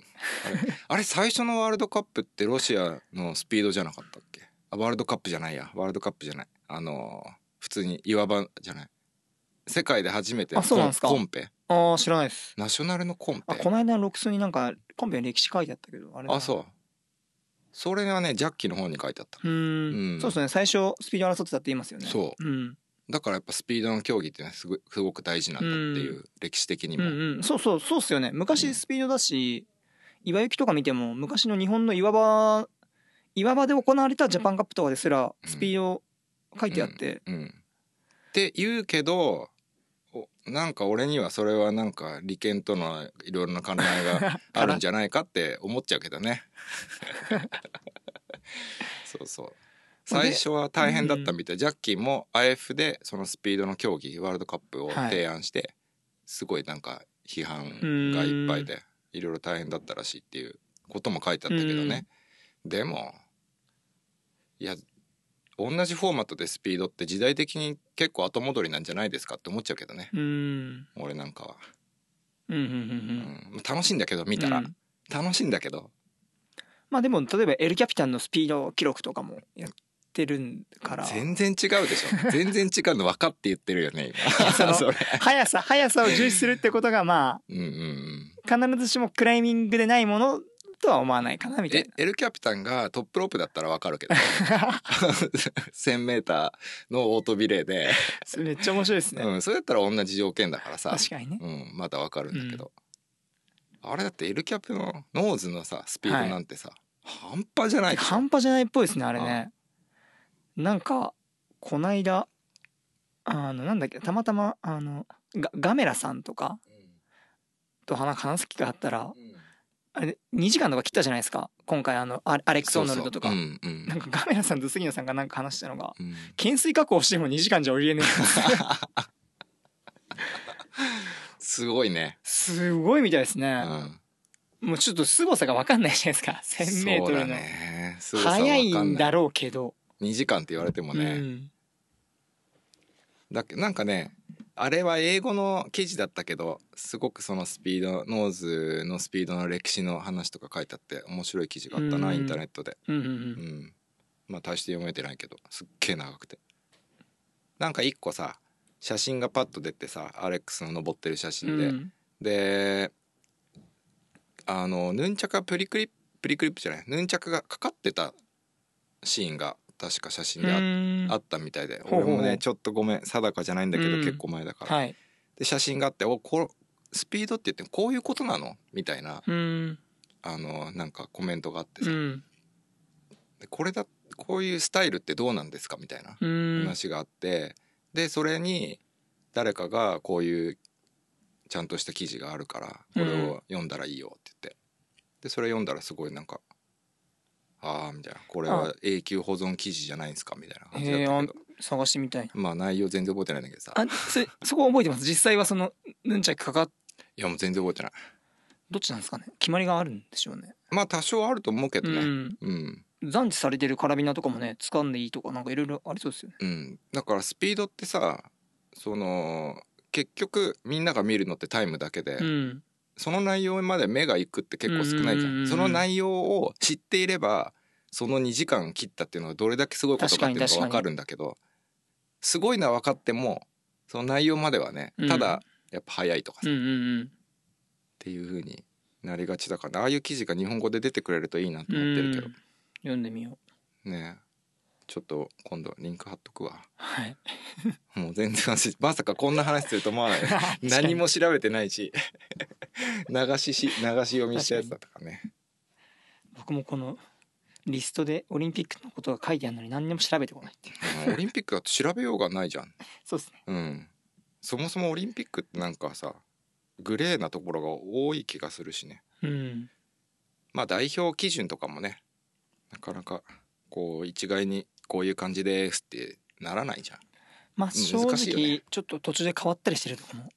あれ最初のワールドカップってロシアのスピードじゃなかったっけあワールドカップじゃないやワールドカップじゃないあのー普通に岩場じゃない世界で初めての
あそうなんですか
コンペ
ああ知らないです
ナショナルのコンペ
あこの間のロックスになんかコンペの歴史書いてあったけどあれだ
あそうそれはねジャッキーの方に書いてあった、
うー
うん
んそうですね最初スピード争ってたって言いますよね、
そう
ん、
だからやっぱスピードの競技ってねすごいすごく大事なんだっていう歴史的に
う
も、
んうんそうそうそうっすよね
うん
昔スピードだし、岩行きとか見ても昔の日本の岩場岩場で行われたジャパンカップとかですら
うん
スピード書いてあって、
うんって言うけどおなんか俺にはそれはなんか利権とのいろいろな関連があるんじゃないかって思っちゃうけどね。そうそう最初は大変だったみたい、ジャッキーも IF でそのスピードの競技ワールドカップを提案して、すごいなんか批判がいっぱいでいろいろ大変だったらしいっていうことも書いてあったけどね。でもいや同じフォーマットでスピードって時代的に結構後戻りなんじゃないですかって思っちゃうけどね
うん、うん
俺なんかは、
うんうんう
うん
ん
楽しいんだけど見たら、
うん
楽しいんだけど
まあでも例えばエルキャピタンのスピード記録とかもやってるんから
全然違うでし ょ全然違うの分かって言ってるよね今
その
それ
速さ速さを重視するってことがまあ
うんうんうん
必ずしもクライミングでないものとは思わないかなみたい
え
な。
エルキャピタンがトップロープだったら分か るけど 1,000m のオートビレーで、
それめっちゃ面白いですね。
うん、それだったら同じ条件だからさ
確かにね。
うん、まだわかるんだけど、あれだってエルキャップのノーズのさスピードなんてさ、半端じゃないでしょ
半端じゃないっぽいですねあれね。なんかこないだあのなんだっけたまたまあのガガメラさんとかと話話す機会あったらあれ2時間とか切ったじゃないですか今回あのアアレックス・オーノルドとか。
そうそううんうん
なんかガメラさんと杉野さんがなんか話したのが
うん
懸垂確保しても2時間じゃ降りれね え
すごいね、
すごいみたいです
う
ね、
ん、
もうちょっと凄さが分かんないじゃないですか
そうだ
1000m の、
ねすごさわかんな
早いんだろうけど、
2時間って言われてもね、
うん
だっけなんかねあれは英語の記事だったけどすごくそのスピードノーズのスピードの歴史の話とか書いてあって面白い記事があったな、
うん
インターネットで
うんうんう
うんん、まあ大して読めてないけどすっげえ長くてなんか一個さ写真がパッと出てさアレックスの登ってる写真で、
うん
であのヌンチャクがプリクリッププリクリップじゃないヌンチャクがかかってたシーンが確か写真であ,、あったみたいで
ほう
俺
ほう
もねちょっとごめん定かじゃないんだけど、
うん
結構前だから、
はい
で写真があって「おこスピードって言ってこういうことなの?」みたいな
うん
あのなんかコメントがあって
う
さ、
ん
でこれだこういうスタイルってどうなんですかみたいな
うん
話があって、でそれに誰かがこういうちゃんとした記事があるからこれを読んだらいいよって言ってでそれ読んだらすごいなんか「ああ」みたいな「これは永久保存記事じゃないんですか」みたいな感じだったけど、
探してみたいな
まあ内容全然覚えてないんだけどさ
あそそこ覚えてます実際はそのヌンチャクかかっ
いやもう全然覚えてない
どっちなんですかね決まりがあるんでしょうね
まあ多少あると思うけど
う
ね
ん
うん、
残地されてるカラビナとかもね掴んでいいとかなんかいろいろありそうですよね
うん、だからスピードってさその結局みんなが見るのってタイムだけで、
うん
その内容まで目が行くって結構少ないじゃ
うんうんうん
ん。
うん
その内容を知っていればその2時間切ったっていうのがどれだけすごいことかっていうの
確か
が
に
分かるんだけどすごいのは分かってもその内容まではねただやっぱ早いとか
う
さ、
ん
っ
うん
ていうふうになりがちだからああいう記事が日本語で出てくれるといいなと思ってるけど
うん読んでみよう
ねちょっと今度リンク貼っとくわ
はい
もう全然話 まさかこんな話すると思わない 何も調べてないし 流しし流し読みしたやつだったからね
僕もこのリストでオリンピックのことが書いてあるのに何にも調べてこないっていう
うんオリンピックだと調べようがないじゃん
そうですね
うんそもそもオリンピックってなんかさグレーなところが多い気がするしね
うん
まあ代表基準とかもねなかなかこう一概にこういう感じですってならないじゃん
まあ正
難しいよ
直
ね
ちょっと途中で変わったりしてるとこも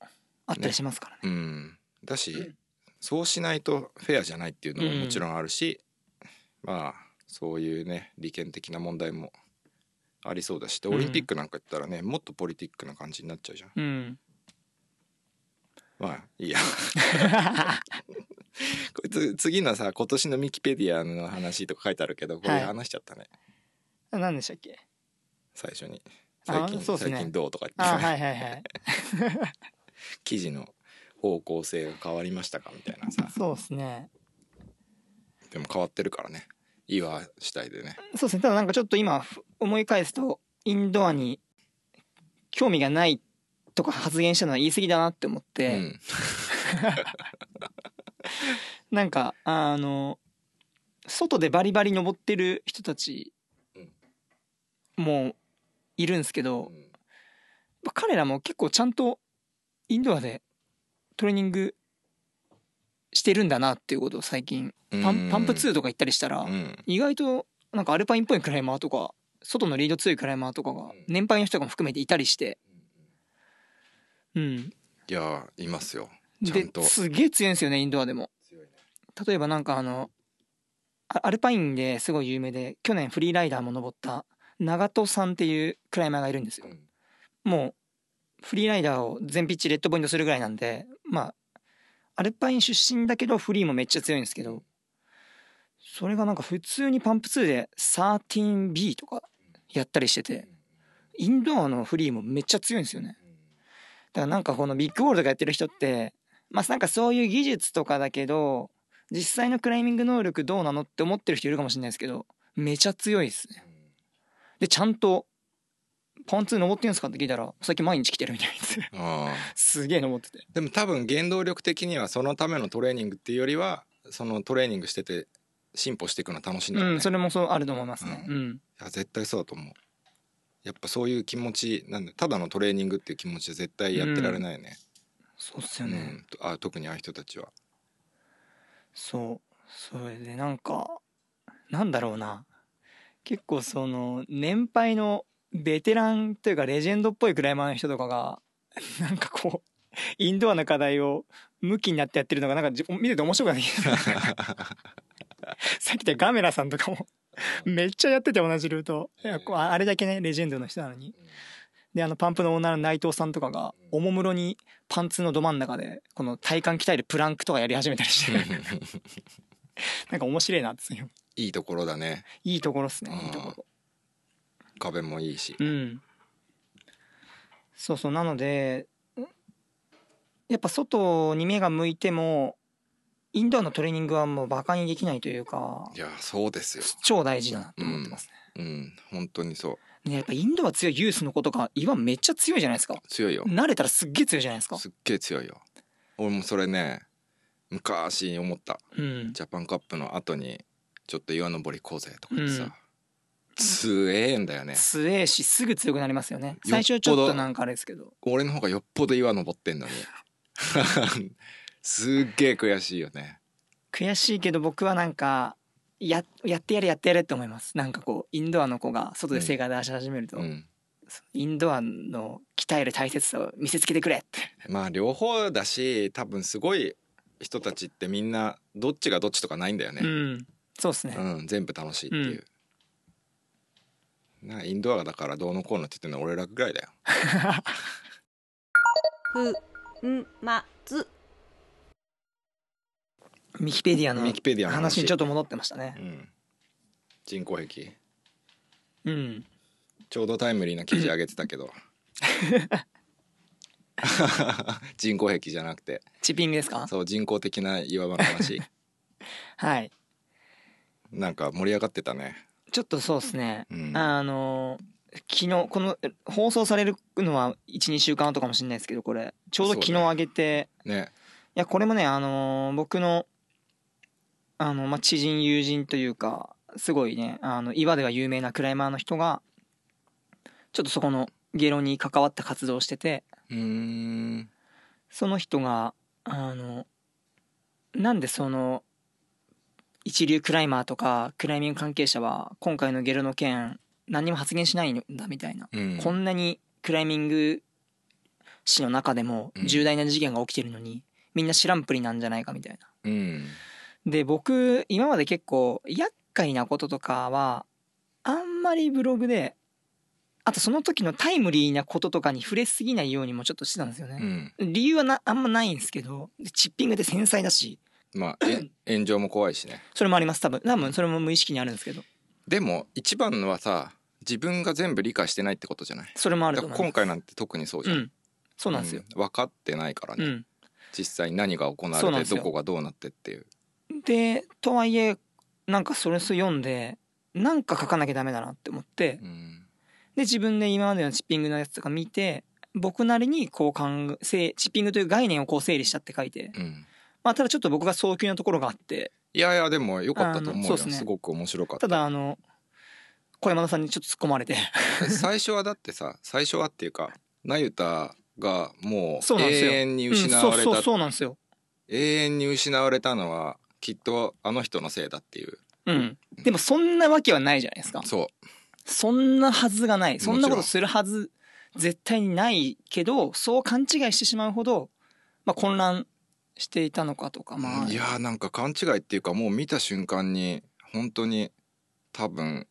あったりしますからね
うん、だし、そうしないとフェアじゃないっていうのももちろんあるし、まあそういうね利権的な問題もありそうだしで
ん
オリンピックなんか言ったらね、もっとポリティックな感じになっちゃうじゃん
うん
まあいいや こいつ次のさ今年のミキペディアの話とか書いてあるけどこれ
はい
話しちゃったね、
あ何でしたっ け
最初に
あ
最近、
そうっすね
最近どうとか言っ
あ
て、
はいはいはい
記事の方向性が変わりましたかみたいなさ
そうですね
でも変わってるからね岩主体でね
そうですねただなんかちょっと今ふ思い返すとインドアに興味がないとか発言したのは言い過ぎだなって思っ
う
て、
ん
なんかあの外でバリバリ登ってる人たちもいるんですけど、
うん
彼らも結構ちゃんとインドアでトレーニングしてるんだなっていうことを最近パンパンプ2とか行ったりしたら、
うん
意外となんかアルパインっぽいクライマーとか外のリード強いクライマーとかが
ん
年配の人とかも含めていたりしてうん
いやいますよちゃんと
ですげえ強いんですよねインドアでも例えばなんかあのあアルパインですごい有名で去年フリーライダーも登った長門さんっていうクライマーがいるんですよ
うん
もうフリーライダーを全ピッチレッドポイントするぐらいなんでまあアルパイン出身だけどフリーもめっちゃ強いんですけどそれがなんか普通にパンプ2で 13B とかやったりしててインドアのフリーもめっちゃ強いんですよねだからなんかこのビッグボールとかやってる人ってまあなんかそういう技術とかだけど実際のクライミング能力どうなのって思ってる人いるかもしれないですけどめちゃ強いですねでちゃんとパンツー登ってるんですかって聞いたら最近毎日来てるみたいです
ああ
すげえ登ってて。
でも多分原動力的にはそのためのトレーニングっていうよりはそのトレーニングしてて進歩していくの楽しいんだ
う
ろうね、
ん、それもそうあると思いますね。
う
うん。
いや絶対そうだと思うやっぱそういう気持ちなんだただのトレーニングっていう気持ちで絶対やってられないね、
そうっす
う
よ
ん
ね。
あ特にああいう人たちは
そう。それでなんか、なんだろうな。結構その、年配のベテランというかレジェンドっぽいクライマーの人とかが、 なんかこう、インドアの課題を向きになってやってるのがなんかじ見てて面白くない。 さっきでガメラさんとかもめっちゃやってて同じルートいやこうああれだけねレジェンドの人なのにであのパンプのオーナーの内藤さんとかがおもむろにパンツのど真ん中でこの体幹鍛えるプランクとかやり始めたりしてなんか面白いなってそういう
いいところだね
いいところっすね
うん
いいところ
壁もいいし
うんそうそうなのでんやっぱ外に目が向いてもインドアのトレーニングはもうバカにできないというか
いやそうですよ
超大事だなと思ってますね、
うん本当にそう
ねやっぱインドは強いユースの子とか岩めっちゃ強いじゃないですか
強いよ
慣れたらすっげえ強いじゃないですか
すっげえ強いよ俺もそれね昔思った
うん
ジャパンカップの後にちょっと岩登り行こうぜとか言ってさ、
うん
強えんだよね
強えしすぐ強くなりますよね最初はちょっとなんかあれですけど
俺の方がよっぽど岩登ってんのに すっげえ悔しいよね
悔しいけど僕はなんかややってやれやってやれって思いますなんかこうインドアの子が外で成果出し始めると、
うん
インドアの鍛える大切さを見せつけてくれって
まあ両方だし多分すごい人たちってみんなどっちがどっちとかないんだよ
う
ね、
んそうですね、
うん全部楽しいっていう、なインドアだからどうのこうのって言ってるのは俺らぐらいだよ
ふんまつ
ミキペディアの
ミキペディアの話
話にちょっと戻ってましたね
うん人工壁
うん
ちょうどタイムリーな記事上げてたけど人工壁じゃなくて
チッピングですか
そう人工的な岩場の 話
はい
なんか盛り上がってたね
ちょっとそうですね、
うん
あの昨日この放送されるのは12週間後かもしれないですけどこれちょうど昨日
そうだね
上げて、
ね
いやこれもねあの僕のあの、まあ、知人友人というかすごいねあの岩では有名なクライマーの人がちょっとそこのゲロに関わった活動をしてて
うーん
その人があのなんでその一流クライマーとかクライミング関係者は今回のゲロの件何にも発言しないんだみたいな、
うん
こんなにクライミング史の中でも
うん
重大な事件が起きてるのに、みんな知らんぷりなんじゃないかみたいな。
うん
で僕今まで結構厄介なこととかはあんまりブログであとその時のタイムリーなこととかに触れすぎないようにもちょっとしてたんですよ
う
ね、
ん
理由はなあんまないんですけどでチッピングって繊細だし
まあえ炎上も怖いしね
それもあります多分多分それも無意識にあるんですけど
でも一番のはさ自分が全部理解してないってことじゃない
それもある
だ
と
か
思
ら
います
今回なんて特にそうじゃん、
うんそうなんですよ、
うん分かってないから
う
ね、
ん
実際に何が行
そう
わ
なん
れ
で
て
すよ
どこがどうなってっていう
でとはいえなんかそれ読んでなんか書かなきゃダメだなって思って
うん
で自分で今までのチッピングのやつとか見て僕なりにこう考えせチッピングという概念をこう整理したって書いて、
うん
まあ、ただちょっと僕が早急なところがあって
いやいやでも良かったと思う
あのそう
よ
っすね
すごく面白かった
ただあの小山田さんにちょっと突っ込まれて
最初はだってさ最初はっていうかなゆたがも
そう
う
なんですよ
永遠に
う ん
失
そう
われた、
そうそうなんですよ
永遠に失われたのはきっとあの人のせいだっていう
うんでもそんなわけはないじゃないですか
そ
そんなはずがないそん
もち
なこ
ろ
と
ん
するはず絶対にないけどそう勘違いしてしまうほど、まあ、混乱していたのかとか
う、
まあ
いやーなんか勘違いっていうかもう見た瞬間に本当に多分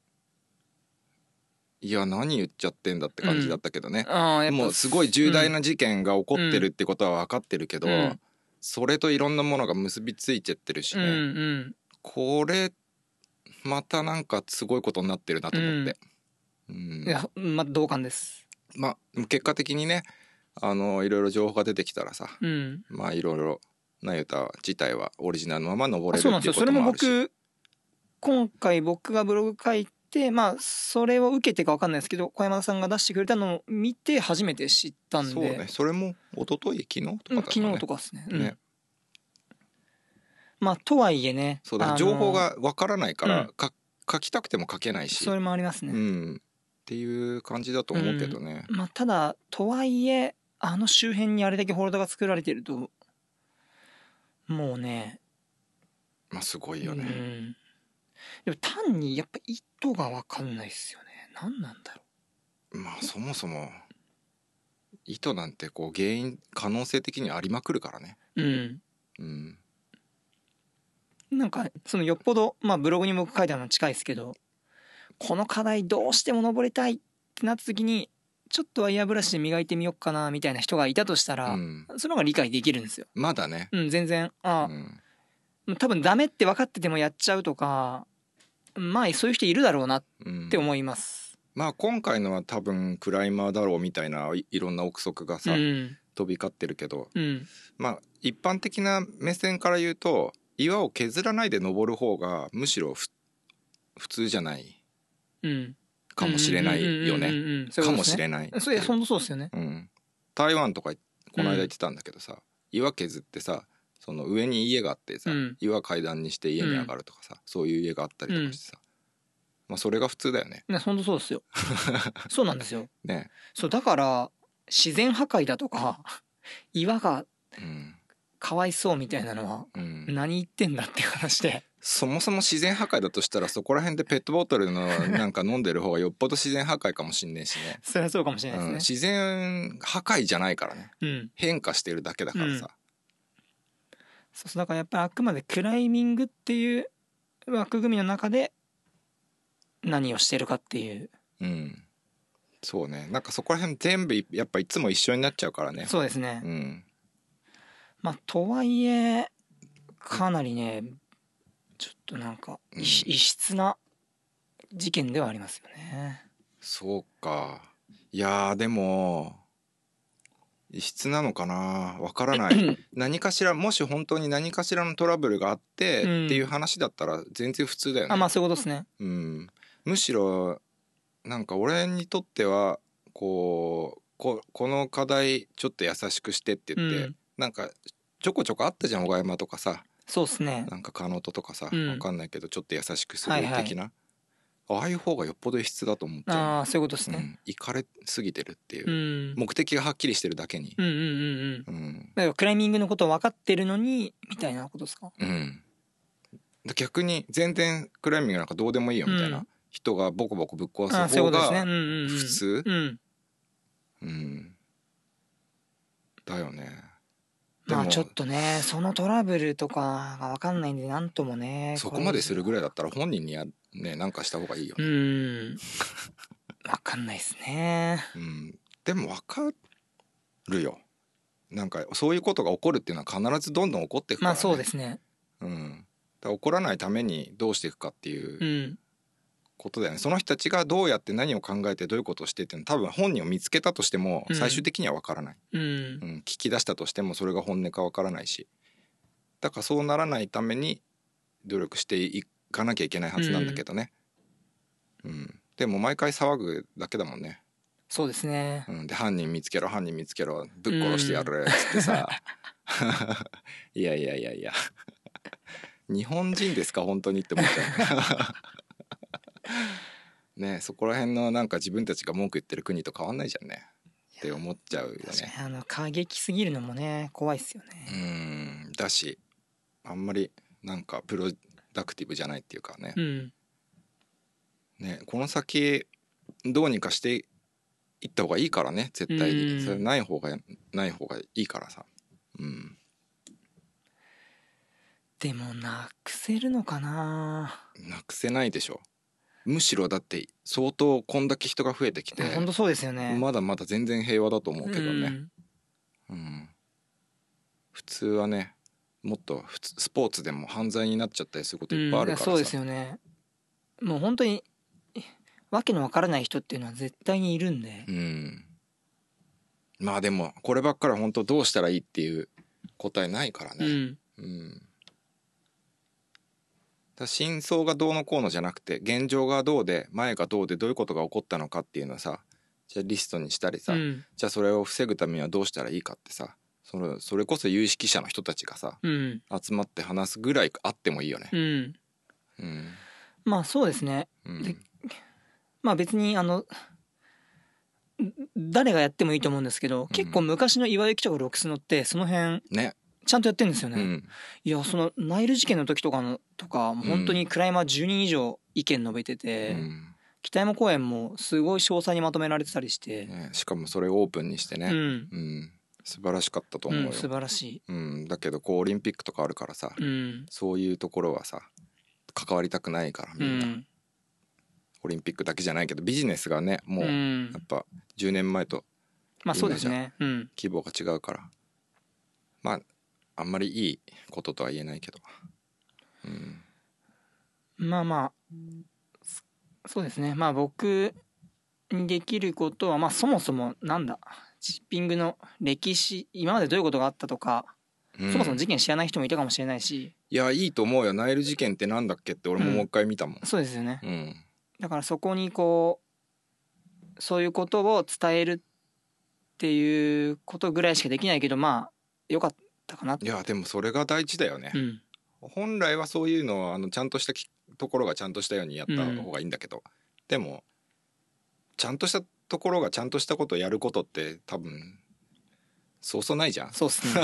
いや何言っちゃってんだって感じだったけどね、
あーやっぱ
もうすごい重大な事件が起こってるってことは分かってるけど、
うん
それといろんなものが結びついちゃってるし
うん
ね、
うん
これまたなんかすごいことになってるなと思って、うん
いやまあ同感です
まあ結果的にねあのいろいろ情報が出てきたらさ
うん
まあいろいろなゆた自体はオリジナルのまま
あ
登れ
そ
る
うなん
っ
で
て
す
いうこ
よそ
と
れも
もあるし
僕今回僕がブログ書いてまあそれを受けてか分かんないですけど小山田さんが出してくれたのを見て初めて知ったんで
そうねそれも一昨日昨日とかだ
うん
った
昨
ね
日とかですね,、うん、
ね
まあとはいえね
そうだか
あ
ら
の
情報がわからないから、
うん
か書きたくても書けないし
それもあります
う
ね、
んっていう感じだと思うけどね、
まあただとはいえあの周辺にあれだけホールドが作られてるともうね
まあすごいよ
う
ね、
ん、でも単にやっぱ意図が分かんないですよね何なんだろ
まあそもそも意図なんてこう原因可能性的にありまくるからね
ううん
うん
なんかそのよっぽど、まあ、ブログに僕書いたの近いですけどこの課題どうしても登りたいってなった時にちょっとワイヤーブラシで磨いてみようかなみたいな人がいたとした
う
ら、
ん
その方が理解できるんですよ。
まだね、
うん、全然
う
あ、
ん、
多分ダメって分かっててもやっちゃうとかまあそういう人いるだろうなっ
うん
て思います。
まあ今回のは多分クライマーだろうみたいないいろんな憶測が
う
さ、
ん、
飛び交ってるけど
うん、
まあ一般的な目線から言うと岩を削らないで登る方がむしろふ普通じゃない
うん、
かもしれないよ
うん
ね
うんうんうんそう
か
い
も
うことです
し
ね
れない
そういや、本当そうですよね。
うん、台湾とかこの間言ってたんだけどさ、岩削ってさその上に家があってさ、
うん
岩階段にして家に上がるとかさ、そういう家があったりとかしてさ、まあそれが普通だよね
いや本当そうですよ。そうなんですよ。
ね、
そうだから自然破壊だとか岩が
うん
かわいそうみたいなのは
うん、
何言ってんだって話で
そもそも自然破壊だとしたらそこら辺でペットボトルのなんか飲んでる方がよっぽど自然破壊かもしんねえしね
それはそうかもしれな
うん、
いです
自然破壊じゃないからね
ね。うん、
変化してるだけだからさ、
そうそうだからやっぱりあくまでクライミングっていう枠組みの中で何をしてるかっていう
うんそうねなんかそこら辺全部やっぱいつも一緒になっちゃうからね
そうですね。
うん、
まあとはいえかなりねちょっとなんか異,、
うん
異質な事件ではありますよね。
そうかいやーでも異質なのかなわからない 何かしらもし本当に何かしらのトラブルがあって、
うん
っていう話だったら全然普通だよね、
あまあそういうことですね
うん、むしろなんか俺にとってはこうここの課題ちょっと優しくしてって言って、
うん
なんかちょこちょこあったじゃん小山とかさ
そうですね
なんかカノトとかさ、
うん
わかんないけどちょっと優しくする
はいはい
的な、ああいう方がよっぽど異質だと思って
ああそういうことです
う
ね
ん、行かれすぎてるっていうう、
ん
目的がはっきりしてるだけに
うんうんうんうん
うん、
だからクライミングのこと分かってるのにみたいなことですか
うん、逆に全然クライミングなんかどうでもいいよみたいな、
うん
人がボコボコぶっ壊
ああ
す
そう
方
いうことですね
が
うんうんうん
普通
うん
うんだよねで
まあ
も
ちょっとねそのトラブルとかが分かんないんでなんともね
そこまでするぐらいだ
っ
ったら本人にやねなんかした方がいいよ
う、ん分かんないですね
うん、でもわかるよなんかそういうことが起こるっていうのは必ずどんどん起こっていくから、
ま
ね、
あそうですね
うん、だから起こらないためにどうしていくかって
う
いうんことだよね、その人たちがどうやって何を考えてどういうことをしてっていうの多分本人を見つけたとしても
うん
最終的には分からない、
うん
うん聞き出したとしてもそれが本音か分からないしだからそうならないために努力していかなきゃいけないはずなんだけどね、うんでも毎回騒ぐだけだもんね、
そうですね
うん、で犯人見つけろ犯人見つけろぶっ殺してやるっつってさ、いやいやいやいや日本人ですか本当にって思っちゃうねそこら辺のなんか自分たちが文句言ってる国と変わんないじゃんねって思っちゃうよね
確かにあの過激すぎるのもね怖いっすよ
う
ね
ーんだしあんまりなんかプロダクティブじゃないっていうかね,、
うん
ねこの先どうにかしていった方がいいからね絶対
うん
にそれない方がない方がいいからさ、うん、
でもなくせるのかな
なくせないでしょむしろだって相当こんだけ人が増えてきて
本当そうですよね
まだまだ全然平和だと思うけど
う
ね、
ん
うん、普通はねもっと普通スポーツでも犯罪になっちゃったりすることいっぱいあるからさ、
うん、そうですよねもう本当にえわけのわからない人っていうのは絶対にいるんで
うんまあでもこればっかりは本当どうしたらいいっていう答えないから
う
ね、
ん
うんだ真相がどうのこうのじゃなくて現状がどうで前がどうでどういうことが起こったのかっていうのはさじゃあリストにしたりさ、
うん
じゃあそれを防ぐためにはどうしたらいいかってさそれそれこそ有識者の人たちがさ
うん
集まって話すぐらいあってもいいよね
う。ん
うん
まあそうですね
うん
でまあ別にあのん誰がやってもいいと思うんですけど結構昔の岩井記者がロックスのってその辺
ね、
ちゃんとやってるんですよ
う
ね、
ん
いやそのナイル事件の時とかのとかもう本当にクライマー10人以上意見述べてて、
うん
北山公園もすごい詳細にまとめられてたりして、
ね、しかもそれをオープンにしてね、
うん、
うん、素晴らしかったと
う
思うよ、
ん、素晴らしい
うん、だけどこうオリンピックとかあるからさ、
うん
そういうところはさ関わりたくないからみんな、
うん
オリンピックだけじゃないけどビジネスがねもうや
ん
っぱ10年前と
まあそうですね。うん。
規模が違うからまああんまりいいこととは言えないけど、うん、
まあまあ、そそうですね。まあ僕にできることは、まあそもそもなんだ、チッピングの歴史、今までどういうことがあったとか、
うん
そもそも事件知らない人もいたかもしれないし、
いやいいと思うよナイル事件ってなんだっけって俺ももう一回見たもん、
そうですよね。
うん
だからそこにこう、そういうことを伝えるっていうことぐらいしかできないけど、まあよかったかなって
いやでもそれが大事だよね
う、ん。
本来はそういうのをあのちゃんとしたきところがちゃんとしたようにやった方がいいんだけど、でもちゃんとしたところがちゃんとしたことをやることって多分そうそうないじゃん だか
そうですね。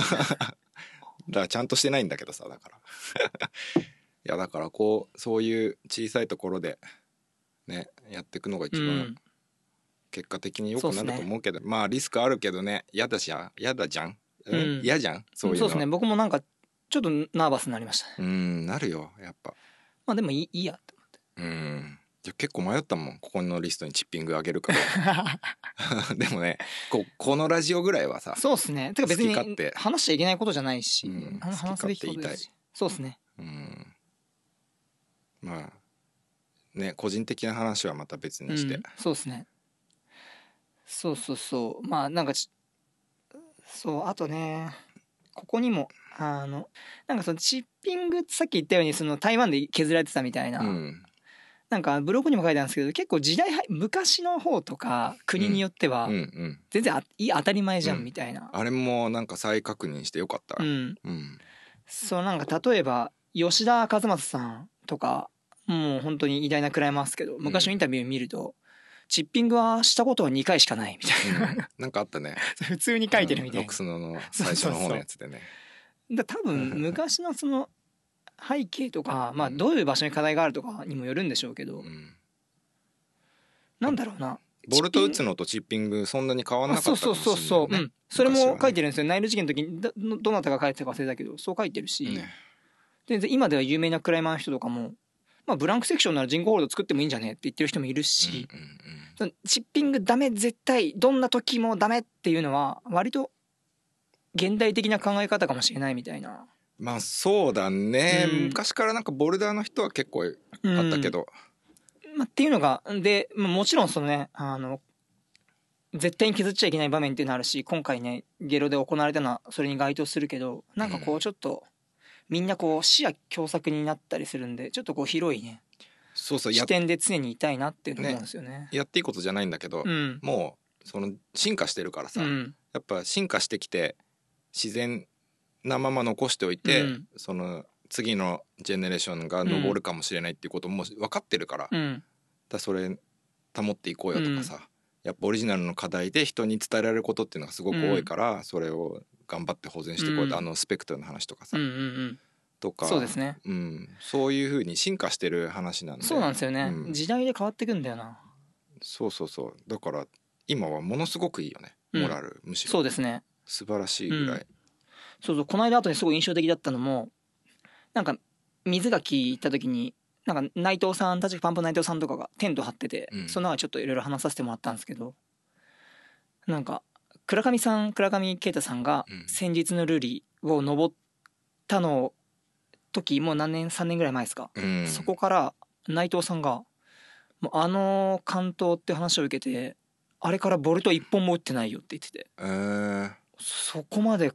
らちゃんとしてないんだけどさだから いやだからこうそういう小さいところでねやっていくのが一
う
番
ん。
結果的に良く
そ
な
うっす
る
ね
と思うけど、まあリスクあるけどね嫌だしや嫌だじゃん
う
うんん嫌、じゃんそういうの
そうですね。僕もなんかちょっとナーバスになりましたね。
うんなるよやっぱ
まあでもいいいいや って思って。
うんいや結構迷ったもんここのリストにチッピングあげるかどうか でもねここのラジオぐらいはさ
そうですね。てか別に
好き勝手
話しちゃいけないことじゃないし、
うん
あの話すべきことですし。そうですね。
うんまあね個人的な話はまた別
う
にして
ん、そうですね。そうそうそう。まあなんかちそうあとねここにもあのなんかそのチッピングさっき言ったようにその台湾で削られてたみたいな、
うん
なんかブログにも書いてあるんですけど結構時代は昔の方とか国によって
う
は
んうん
全然あいい当たり前じゃ
うん
んみたいな、
あれもなんか再確認してよかった
うん
うん
そうなんか例えば吉田和正さんとかもう本当に偉大なくらいますけど昔のインタビュー見ると、チッピングはしたことは2回しかないみたい
うんなんかあったね
な普通に 書いてるみた
う
い
んロ
な
クスノの最初の方のやつでね
だ多分昔のその背景とか、まあ、どういう場所に課題があるとかにもよるんでしょうけど、
うん
なんだろうな
ボルト打つのとチッピングそんなに変わら
あ
なか
そ
っ
う
たか
そう
も
そ
しれ
うそう、う
ないね
ん、それ
昔は
も
ね
書いてるんですよ、ナイル事件の時にどどどなたが書いてたか忘れたけどそう書いてるし、
ね
全然今では有名なクライマーの人とかも、まあ、ブランクセクションなら人工ホールド作ってもいいんじゃねって言ってる人もいるし、
うんうんうん
そのチッピングダメ絶対どんな時もダメっていうのは割と現代的な考え方かもしれないみたいな。
まあそうだね、
うん
昔からなんかボルダーの人は結構あったけど、
まあ、っていうのがでまあもちろんそのねあの絶対に削っちゃいけない場面っていうのあるし今回ねゲロで行われたのはそれに該当するけどなんかこうちょっと、みんなこう視野狭窄になったりするんでちょっとこう広いね
そうそうや
視点で常にいたいなっていうのも思うんですよね。
やっていいことじゃないんだけど、
うん、
もうその進化してるからさ、
うん
やっぱ進化してきて自然なまま残しておいて、
うん
その次のジェネレーションが上るかもしれないっていうことももう分かってるから,、だか
うん
らそれ保っていこうよとかさ、やっぱオリジナルの課題で人に伝えられることっていうのがすごく多いから、それを頑張って保全していこうって、
うん
あのスペクトルの話とかさ、
うんうん
と
う
か
ん、そうですね
うん、そういうふうに進化してる話なんで
そうなんですよね、
うん
時代で変わってくんだよな
そうそうそうだから今はものすごくいいよね
うん
モラル、むしろ
そうですね
素晴らしいぐらい、
そうそうこの間後にすごい印象的だったのもなんか水垣行った時になんか内藤さんたちパンプ内藤さんとかがテント張ってて、
うん
その中でちょっといろいろ話させてもらったんですけどなんか倉上さん倉上啓太さんが
うん
先日のルリを登ったの時もう何年3年ぐらい前ですか、
うん
そこから内藤さんが「もうあの関東って話を受けてあれからボルト1本も打ってないよ」って言ってて。
えー
そこまで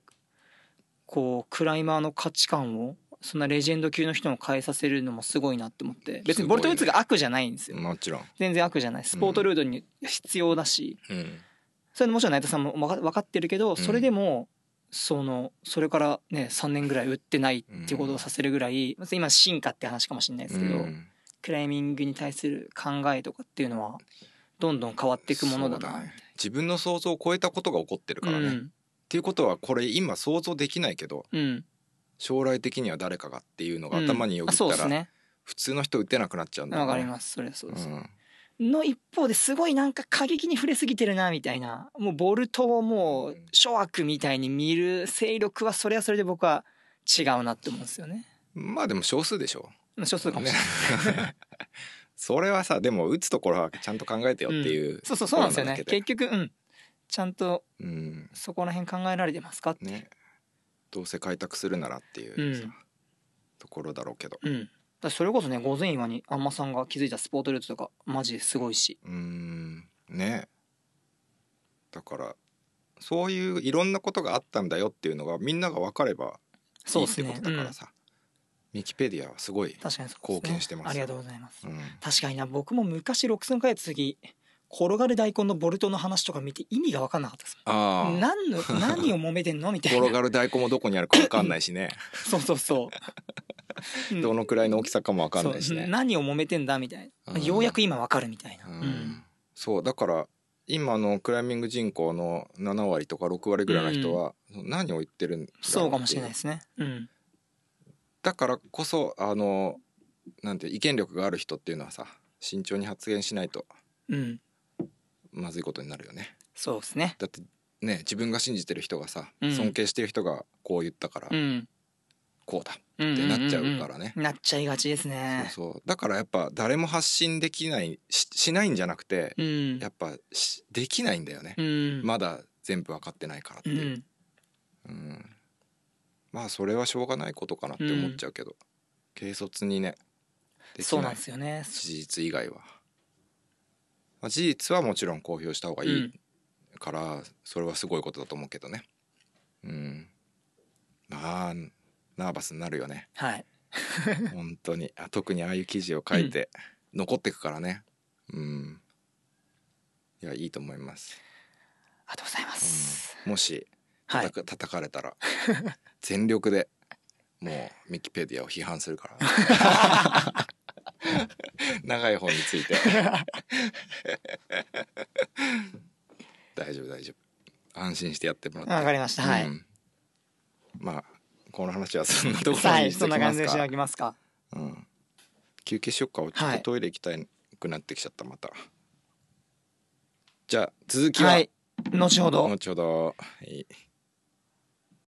こうクライマーの価値観をそんなレジェンド級の人を変えさせるのもすごいなって思って別にボルト打つが悪じゃないんですよ、
もちろん、
全然悪じゃないスポーツルードに必要だし、
うん、
それでもちろん内藤さんも分か分かってるけどそれでもそのそれからね3年ぐらい打ってないっていうことをさせるぐらいまず今進化って話かもしれないですけ
う
ど、
ん
クライミングに対する考えとかっていうのはどんどん変わっていくものだ
そう
な
ね自分の想像を超えたことが起こってるからね、っていうことはこれ今想像できないけど
うん、うん
将来的には誰かがっていうのが
うん
頭によぎった
あそうで
ら、
すね
普通の人打てなくなっちゃうんだよ
わ
ね
かりますそれはそうです、
うん
の一方ですごいなんか過激に触れすぎてるなみたいなもうボルトをもう諸悪みたいに見る勢力はそれはそれで僕は違うなって思うんですよね。
まあでも少数でしょ
まあ少数かもしれな い、
それはさでも打つところはちゃんと考えてよっていう、
そうそうそうなんですよね
ところ
結局うんちゃんと
なだけでうん
そこら辺考えられてますかって、
ねどうせ開拓するならっていうさ、
うん
ところだろうけど
うん、だからそれこそね午前岩にあんまさんが気づいたスポートルートとかマジですごいし、
うーんねだからそういういろんなことがあったんだよっていうのがみんなが分かればい
そ
いうって
です
こ
ね
とだからさ、ミキペディアはすごい
うん、確かにそうですね
貢献してます
ありがとうございます、
うん、
確かにな僕も昔六寸回やった時転がる大根のボルトの話とか見て意味が分かんなかったです
ああ
何の何を揉めてんのみたい
転
な
がる大根もどこにあるか分かんないしね
そうそ う そう
ど
う
のくらいの大きさかも分かんないし
そう
ね
何を揉めてんだみたいな、
うん
ようやく今わかるみたいな、
う
うんん
そうだから今のクライミング人口の7割とか6割ぐらいの人は何を言ってるんだろうってい
そうかもしれないですねうん
だからこそあのなんて意見力がある人っていうのはさ慎重に発言しないと
うん
まずいことになるよね
そうですね
だってね自分が信じてる人がさ、
うん
尊敬してる人がこう言ったから
うん
こうだ、
っ
ってなっちゃうからね
なっちゃいがちですね
そうそうだからやっぱ誰も発信できないししないんじゃなくて、
うん
やっぱしできないんだよね
う、ん
まだ全部分かってないからって
う
いう、
ん
うんまあそれはしょうがないことかなって思っちゃうけど、軽率にねでき
そうな
なんい
ですよね
事実以外は、まあ、事実はもちろん公表した方がいいから、それはすごいことだと思うけどねうんまあナーバスになるよ ね
はい
本当にあ特にああいう記事を書いて残ってくからねうんいやいいと思います、
ありがとうございます、
うんもし
は
叩か
い
叩かれたら全力でもうミキペディアを批判するから 長い方について大丈夫大丈夫安心してやってもらって
わかりましたはい、
うんまあこの話はそんなところ
は
に
い
し
そ
と
ん
き
な
ま
感
す
じでし
か
ておきますか
うん、休憩しよっかちょっ
は
と
い
トイレ行きたくなってきちゃったまたじゃあ続きは、
はい後ほど
後ほどはい